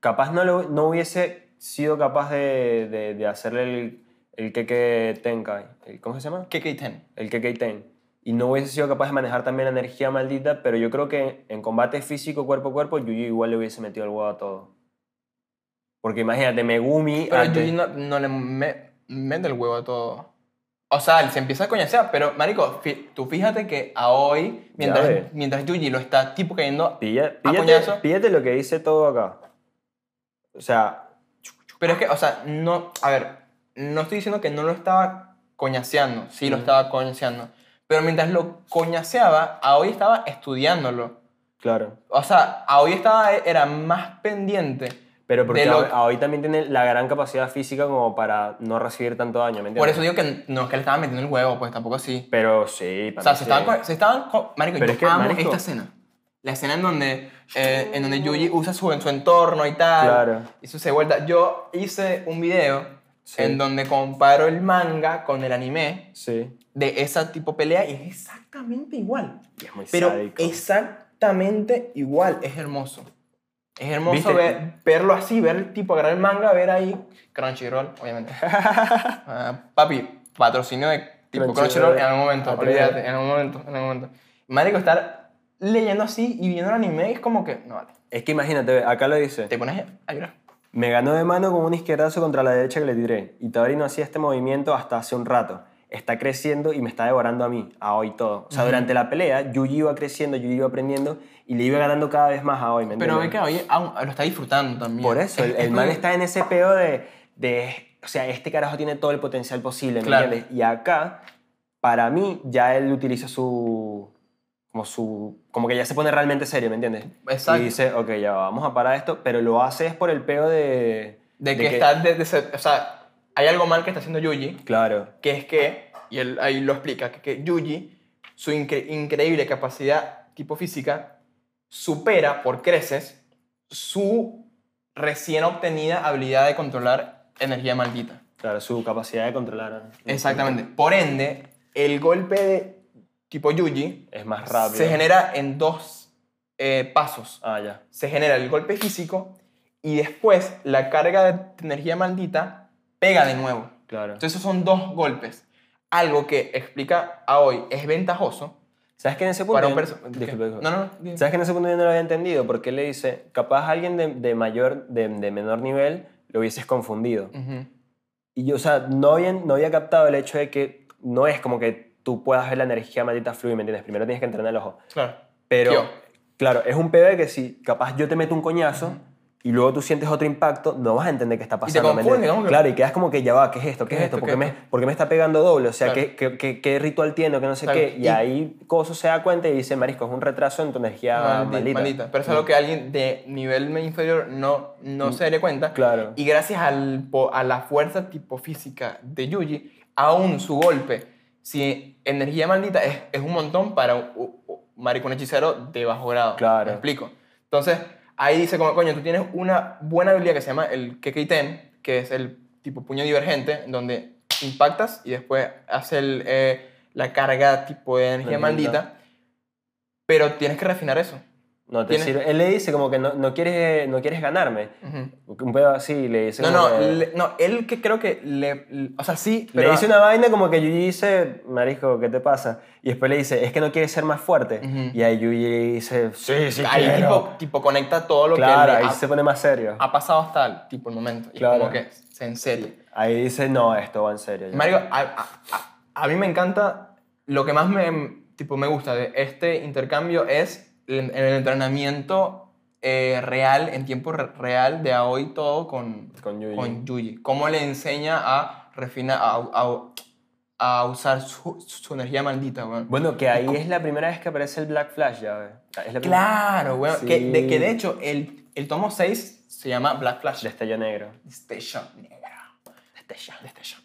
A: Capaz no, lo- no hubiese sido capaz de, de- de hacerle el, el Keke Tenkai. ¿El- ¿Cómo se llama?
B: KK-10.
A: El Keke Ten. Y no hubiese sido capaz de manejar también la energía maldita, pero yo creo que en combate físico, cuerpo a cuerpo, Yuji igual le hubiese metido el huevo a todo. Porque imagínate, Megumi.
B: Pero
A: antes-
B: Yuji no, no le me- mete el huevo a todo. O sea, él se empieza a coñacear, pero, marico, fi- tú fíjate que a hoy,
A: ves.
B: mientras, mientras Yuji lo está tipo cayendo...
A: Pilla-
B: ¿A
A: píllate,
B: Ah, coñazo?
A: píllate lo que dice todo acá. O sea,
B: Pero es que, o sea, no, a ver, no estoy diciendo que no lo estaba coñaseando, sí lo estaba coñaseando, pero mientras lo coñaseaba, Aoi estaba estudiándolo.
A: claro.
B: O sea, Aoi estaba, era más pendiente.
A: Pero porque
B: de lo-
A: a- a hoy también tiene la gran capacidad física como para no recibir tanto daño, ¿me entiendes?
B: Por eso digo que no es que le estaban metiendo el huevo, pues tampoco así.
A: Pero sí, para
B: O sea,
A: mí
B: se
A: sí.
B: estaban, co- se estaban co- marico,
A: Pero
B: yo
A: es que,
B: amo
A: marico-
B: esta escena. La escena en donde, eh, en donde Yuji usa su, en su entorno y tal.
A: Claro.
B: Y su se vuelta. Yo hice un video
A: Sí.
B: en donde comparo el manga con el anime.
A: Sí.
B: de esa tipo pelea y es exactamente igual.
A: Y es muy
B: Pero
A: sádico.
B: exactamente igual. Es hermoso. Es hermoso
A: ¿Viste?
B: ver, verlo así, ver el tipo agarrar el manga, ver ahí Crunchyroll, obviamente. Ah, papi, patrocinio de tipo
A: Crunchyroll.
B: Crunchyroll en algún momento,
A: Ah,
B: olvídate,
A: claro.
B: en algún momento, en algún momento. Marico, estar leyendo así y viendo el anime es como que, no vale,
A: Es que imagínate, acá lo dice.
B: te pones a llorar.
A: Me ganó de mano con un izquierdazo contra la derecha que le tiré. Y Tabari no hacía este movimiento hasta hace un rato. Está creciendo y me está devorando a mí, a hoy todo. O sea, durante la pelea, Yuji iba creciendo, Yuji iba aprendiendo y le iba ganando cada vez más a hoy, ¿me
B: Pero
A: entiendes?
B: ve que oye, aún- lo está disfrutando también.
A: Por eso, el,
B: Es- es
A: el man
B: como-
A: está en ese peo de, de, o sea, este carajo tiene todo el potencial posible, ¿me
B: Claro.
A: entiendes? Y acá, para mí, ya él utiliza su, como su, como que ya se pone realmente serio, ¿me entiendes?
B: Exacto.
A: Y dice, ok, ya va, vamos a parar esto, pero lo hace es por el peo de...
B: De, que, está, de- de ser- o sea, hay algo mal que está haciendo Yuji,
A: Claro,
B: que es que, y él ahí lo explica, que, que Yuji, su incre- increíble capacidad tipo física, supera por creces su recién obtenida habilidad de controlar energía maldita.
A: claro, su capacidad de controlar.
B: Exactamente. Por ende, el golpe de tipo Yuji
A: Es más rápido.
B: se genera en dos eh, pasos.
A: Ah, ya.
B: Se genera el golpe físico y después la carga de energía maldita pega de nuevo.
A: Claro.
B: Entonces esos son dos golpes. Algo que explica a hoy es ventajoso
A: ¿Sabes que en ese punto?
B: para un
A: yo-
B: personaje...
A: Disculpa, disculpa.
B: No, no, no. di-
A: ¿Sabes que en ese punto yo no lo había entendido? Porque él le dice, capaz alguien de, de mayor, de, de menor nivel, lo hubieses confundido.
B: Ujú.
A: Y yo, o sea, no había, no había captado el hecho de que no es como que tú puedas ver la energía maldita fluir, ¿me entiendes? Primero tienes que entrenar el ojo.
B: Claro.
A: Pero,
B: Yo.
A: claro, es un pedo de que si capaz yo te meto un coñazo y luego tú sientes otro impacto, no vas a entender qué está
B: te
A: pasando. ¿me
B: confunde,
A: entiendes?
B: ¿no? Que-
A: Claro, y quedas como que ya va, ¿qué es esto? ¿Qué, es esto? ¿Por, qué me, por qué me está pegando doble? O sea,
B: Claro.
A: ¿qué, qué, qué, qué ritual tiene? que no sé
B: Claro.
A: qué? Y,
B: Y-
A: ahí Coso se da cuenta y dice, marisco, es un retraso en tu energía
B: Maldi-
A: maldita. Mm.
B: maldita. Pero es algo que alguien de nivel inferior no, no se daría cuenta.
A: Claro.
B: Y gracias al, po- a la fuerza tipo física de Yuji, aún su golpe, si energía maldita es, es un montón para un, u- u- maricón hechicero de bajo grado.
A: Claro.
B: ¿Me explico? Entonces, ahí dice como, coño, tú tienes una buena habilidad que se llama el Kekiten, que es el tipo puño divergente, en donde impactas y después hace el, eh, la carga tipo de energía
A: Maldita.
B: maldita. Pero tienes que refinar eso.
A: No te
B: Tienes-
A: sirve. Él le dice como que no, no, quieres, no quieres ganarme.
B: Ujú.
A: Un pedo así le dice
B: No,
A: como
B: no,
A: que-
B: le- no, él que creo que le, l- O sea, sí,
A: Le
B: pero.
A: dice una vaina como que Yuji dice, Marisco, ¿qué te pasa? Y después le dice, es que no quieres ser más fuerte.
B: Ujú.
A: Y ahí Yuji dice, sí, sí,
B: ahí
A: quiero".
B: tipo, tipo conecta todo lo
A: Claro,
B: que
A: ahí
B: le ha,
A: se pone más serio.
B: ha pasado hasta el, tipo, el momento. Y
A: Claro.
B: como que se enseña.
A: Ahí dice, no, esto va en serio. ya".
B: Mario, a, a- a- a mí me encanta. Lo que más me, tipo, me gusta de este intercambio es el, el entrenamiento eh, real, en tiempo re- real, de a hoy todo con,
A: Con Yuji.
B: con Yuji. Cómo le enseña a refinar, a, a- a usar su, su energía maldita, weón.
A: Bueno, que ahí es la primera vez que aparece el Black Flash, ya ves. Es la primera-
B: Claro, weón. Que, de,
A: Sí.
B: que de hecho, el, el tomo 6 se llama Black Flash.
A: Destello negro.
B: Destello negro. Destello, destello.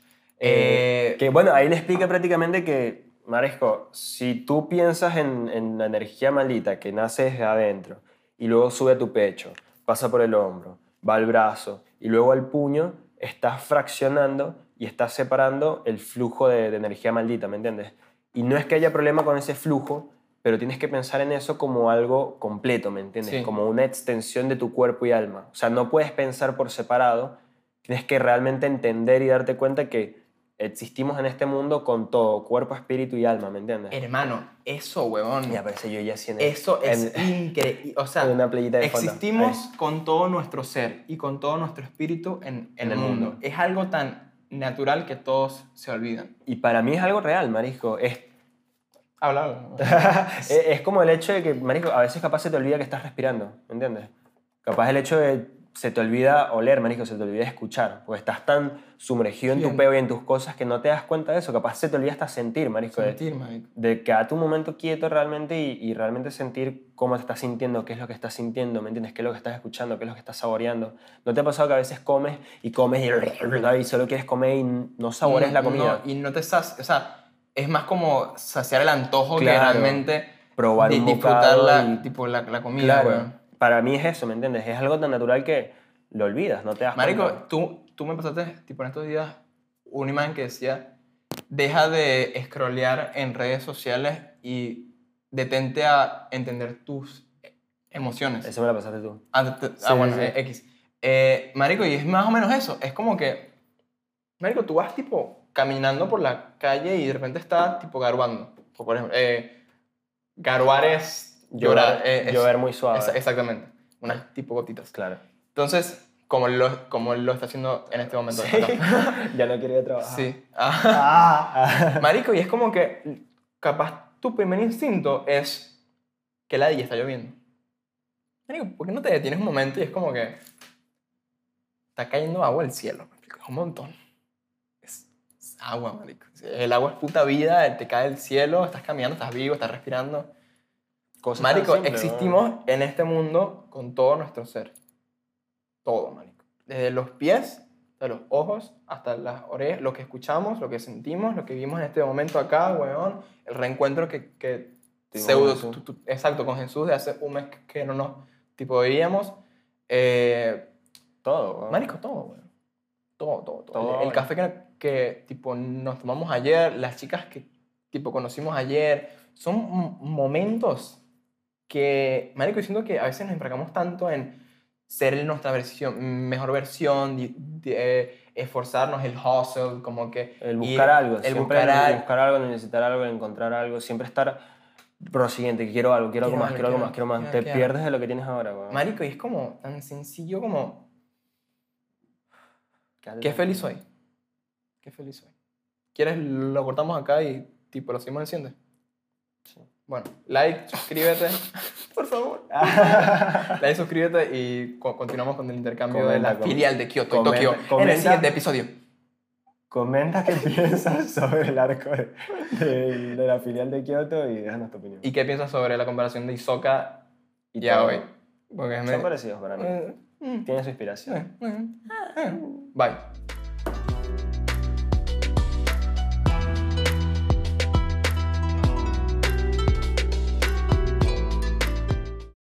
B: Eh,
A: que bueno, ahí le explica prácticamente que, Marisco, si tú piensas en, en la energía maldita que nace desde adentro y luego sube a tu pecho, pasa por el hombro, va al brazo y luego al puño, estás fraccionando y estás separando el flujo de, de energía maldita, ¿me entiendes? Y no es que haya problema con ese flujo, pero tienes que pensar en eso como algo completo, ¿me entiendes?
B: Sí.
A: Como una extensión de tu cuerpo y alma. O sea, no puedes pensar por separado, tienes que realmente entender y darte cuenta que existimos en este mundo con todo, cuerpo, espíritu y alma, ¿me entiendes?
B: Hermano, eso, weón.
A: Y aparece yo ya haciendo
B: Eso es
A: en,
B: increíble. O sea,
A: en una playita de fondo.
B: existimos
A: Ahí.
B: con todo nuestro ser y con todo nuestro espíritu en, en el mundo. Es algo tan natural que todos se olvidan.
A: Y para mí es algo real, marisco. Es,
B: Habla.
A: es, es como el hecho de que, marisco, a veces capaz se te olvida que estás respirando, ¿me entiendes? Capaz el hecho de se te olvida oler, marisco, se te olvida escuchar, porque estás tan sumergido en
B: Bien.
A: tu peo y en tus cosas que no te das cuenta de eso. Capaz se te olvida hasta sentir, marisco. de-
B: Sentir, marico.
A: de quedarte un momento quieto realmente y, y realmente sentir cómo te estás sintiendo, qué es lo que estás sintiendo, ¿me entiendes? ¿Qué es lo que estás escuchando? ¿Qué es lo que estás saboreando? ¿No te ha pasado que a veces comes y comes y, y solo quieres comer y no saboreas la
B: No,
A: comida?
B: Mm, no, y no te sacias. O sea, es más como saciar el antojo
A: Claro.
B: que realmente
A: Probar
B: di-
A: un
B: disfrutar la,
A: bocado y-
B: tipo, la, la comida,
A: Claro.
B: weón.
A: Para mí es eso, ¿me entiendes? Es algo tan natural que lo olvidas, no te das
B: Marico,
A: cuenta.
B: tú, tú me pasaste, tipo, en estos días, un imán que decía, deja de scrollear en redes sociales y detente a entender tus emociones.
A: Eso me lo pasaste tú.
B: Ah, te-
A: Sí,
B: ah, bueno,
A: sí.
B: eh, X. Eh, marico, y es más o menos eso. Es como que, marico, tú vas, tipo, caminando por la calle y de repente estás, tipo, garbando. O, por ejemplo, eh, garbar es llorar. eh, es-
A: llover muy suave.
B: esa- exactamente. Unas, tipo, gotitas.
A: Claro.
B: Entonces, como lo, como lo está haciendo en este momento.
A: Sí. ya no quiero ir a trabajar.
B: Sí. Ah,
A: Ah.
B: Marico, y es como que capaz tu primer instinto es que la está lloviendo. Marico, ¿por qué no te detienes un momento y es como que está cayendo agua del cielo? me explico, Es un montón. Es, es agua, marico. El agua es puta vida, te cae del cielo, estás caminando, estás vivo, estás respirando.
A: Cosas tan
B: Marico,
A: simples, ¿no?
B: existimos en este mundo con todo nuestro ser. Todo, marico. Desde los pies, hasta los ojos, hasta las orejas, lo que escuchamos, lo que sentimos, lo que vimos en este momento acá, weón. El reencuentro que, que
A: Tuvimos
B: pseudo-
A: con Jesús.
B: tu- tu- exacto, con Jesús de hace un mes que- que no nos, tipo, veíamos. Eh,
A: Todo. weón.
B: Marico, todo, weón. Todo, todo, todo.
A: Todo, eh.
B: El- el,
A: weón.
B: café que, que, tipo, nos tomamos ayer, las chicas que, tipo, conocimos ayer, son m- momentos que, marico, yo siento que a veces nos enfracamos tanto en ser nuestra versión, mejor versión, di- di- eh, esforzarnos, el hustle, como que...
A: El
B: ir-
A: buscar algo,
B: el
A: siempre
B: buscar algo.
A: buscar algo, el necesitar algo, el encontrar algo, siempre estar pro siguiente, que quiero algo, quiero, algo
B: Quiero
A: más,
B: algo,
A: quiero algo
B: quiero
A: más, quiero
B: algo,
A: más.
B: quiero
A: Te
B: algo.
A: pierdes de lo que tienes ahora, weón.
B: Marico, y es como tan sencillo como,
A: algo-
B: qué feliz soy. Qué feliz soy. ¿Quieres lo cortamos acá y, tipo, lo seguimos enciende? Bueno, like, suscríbete. Por favor. like, suscríbete y co- continuamos con el intercambio
A: Comenta,
B: de la
A: comenta.
B: filial de Kioto y
A: Comenta,
B: Tokio en el
A: comenta.
B: siguiente episodio.
A: Comenta qué piensas sobre el arco de, de- de la filial de Kioto y déjanos tu opinión.
B: ¿Y qué piensas sobre la comparación de Isoka y
A: todo.
B: Yaoi? Porque me-
A: Son parecidos para mí.
B: Eh, mm,
A: Tienen su inspiración.
B: eh, eh, eh. Bye.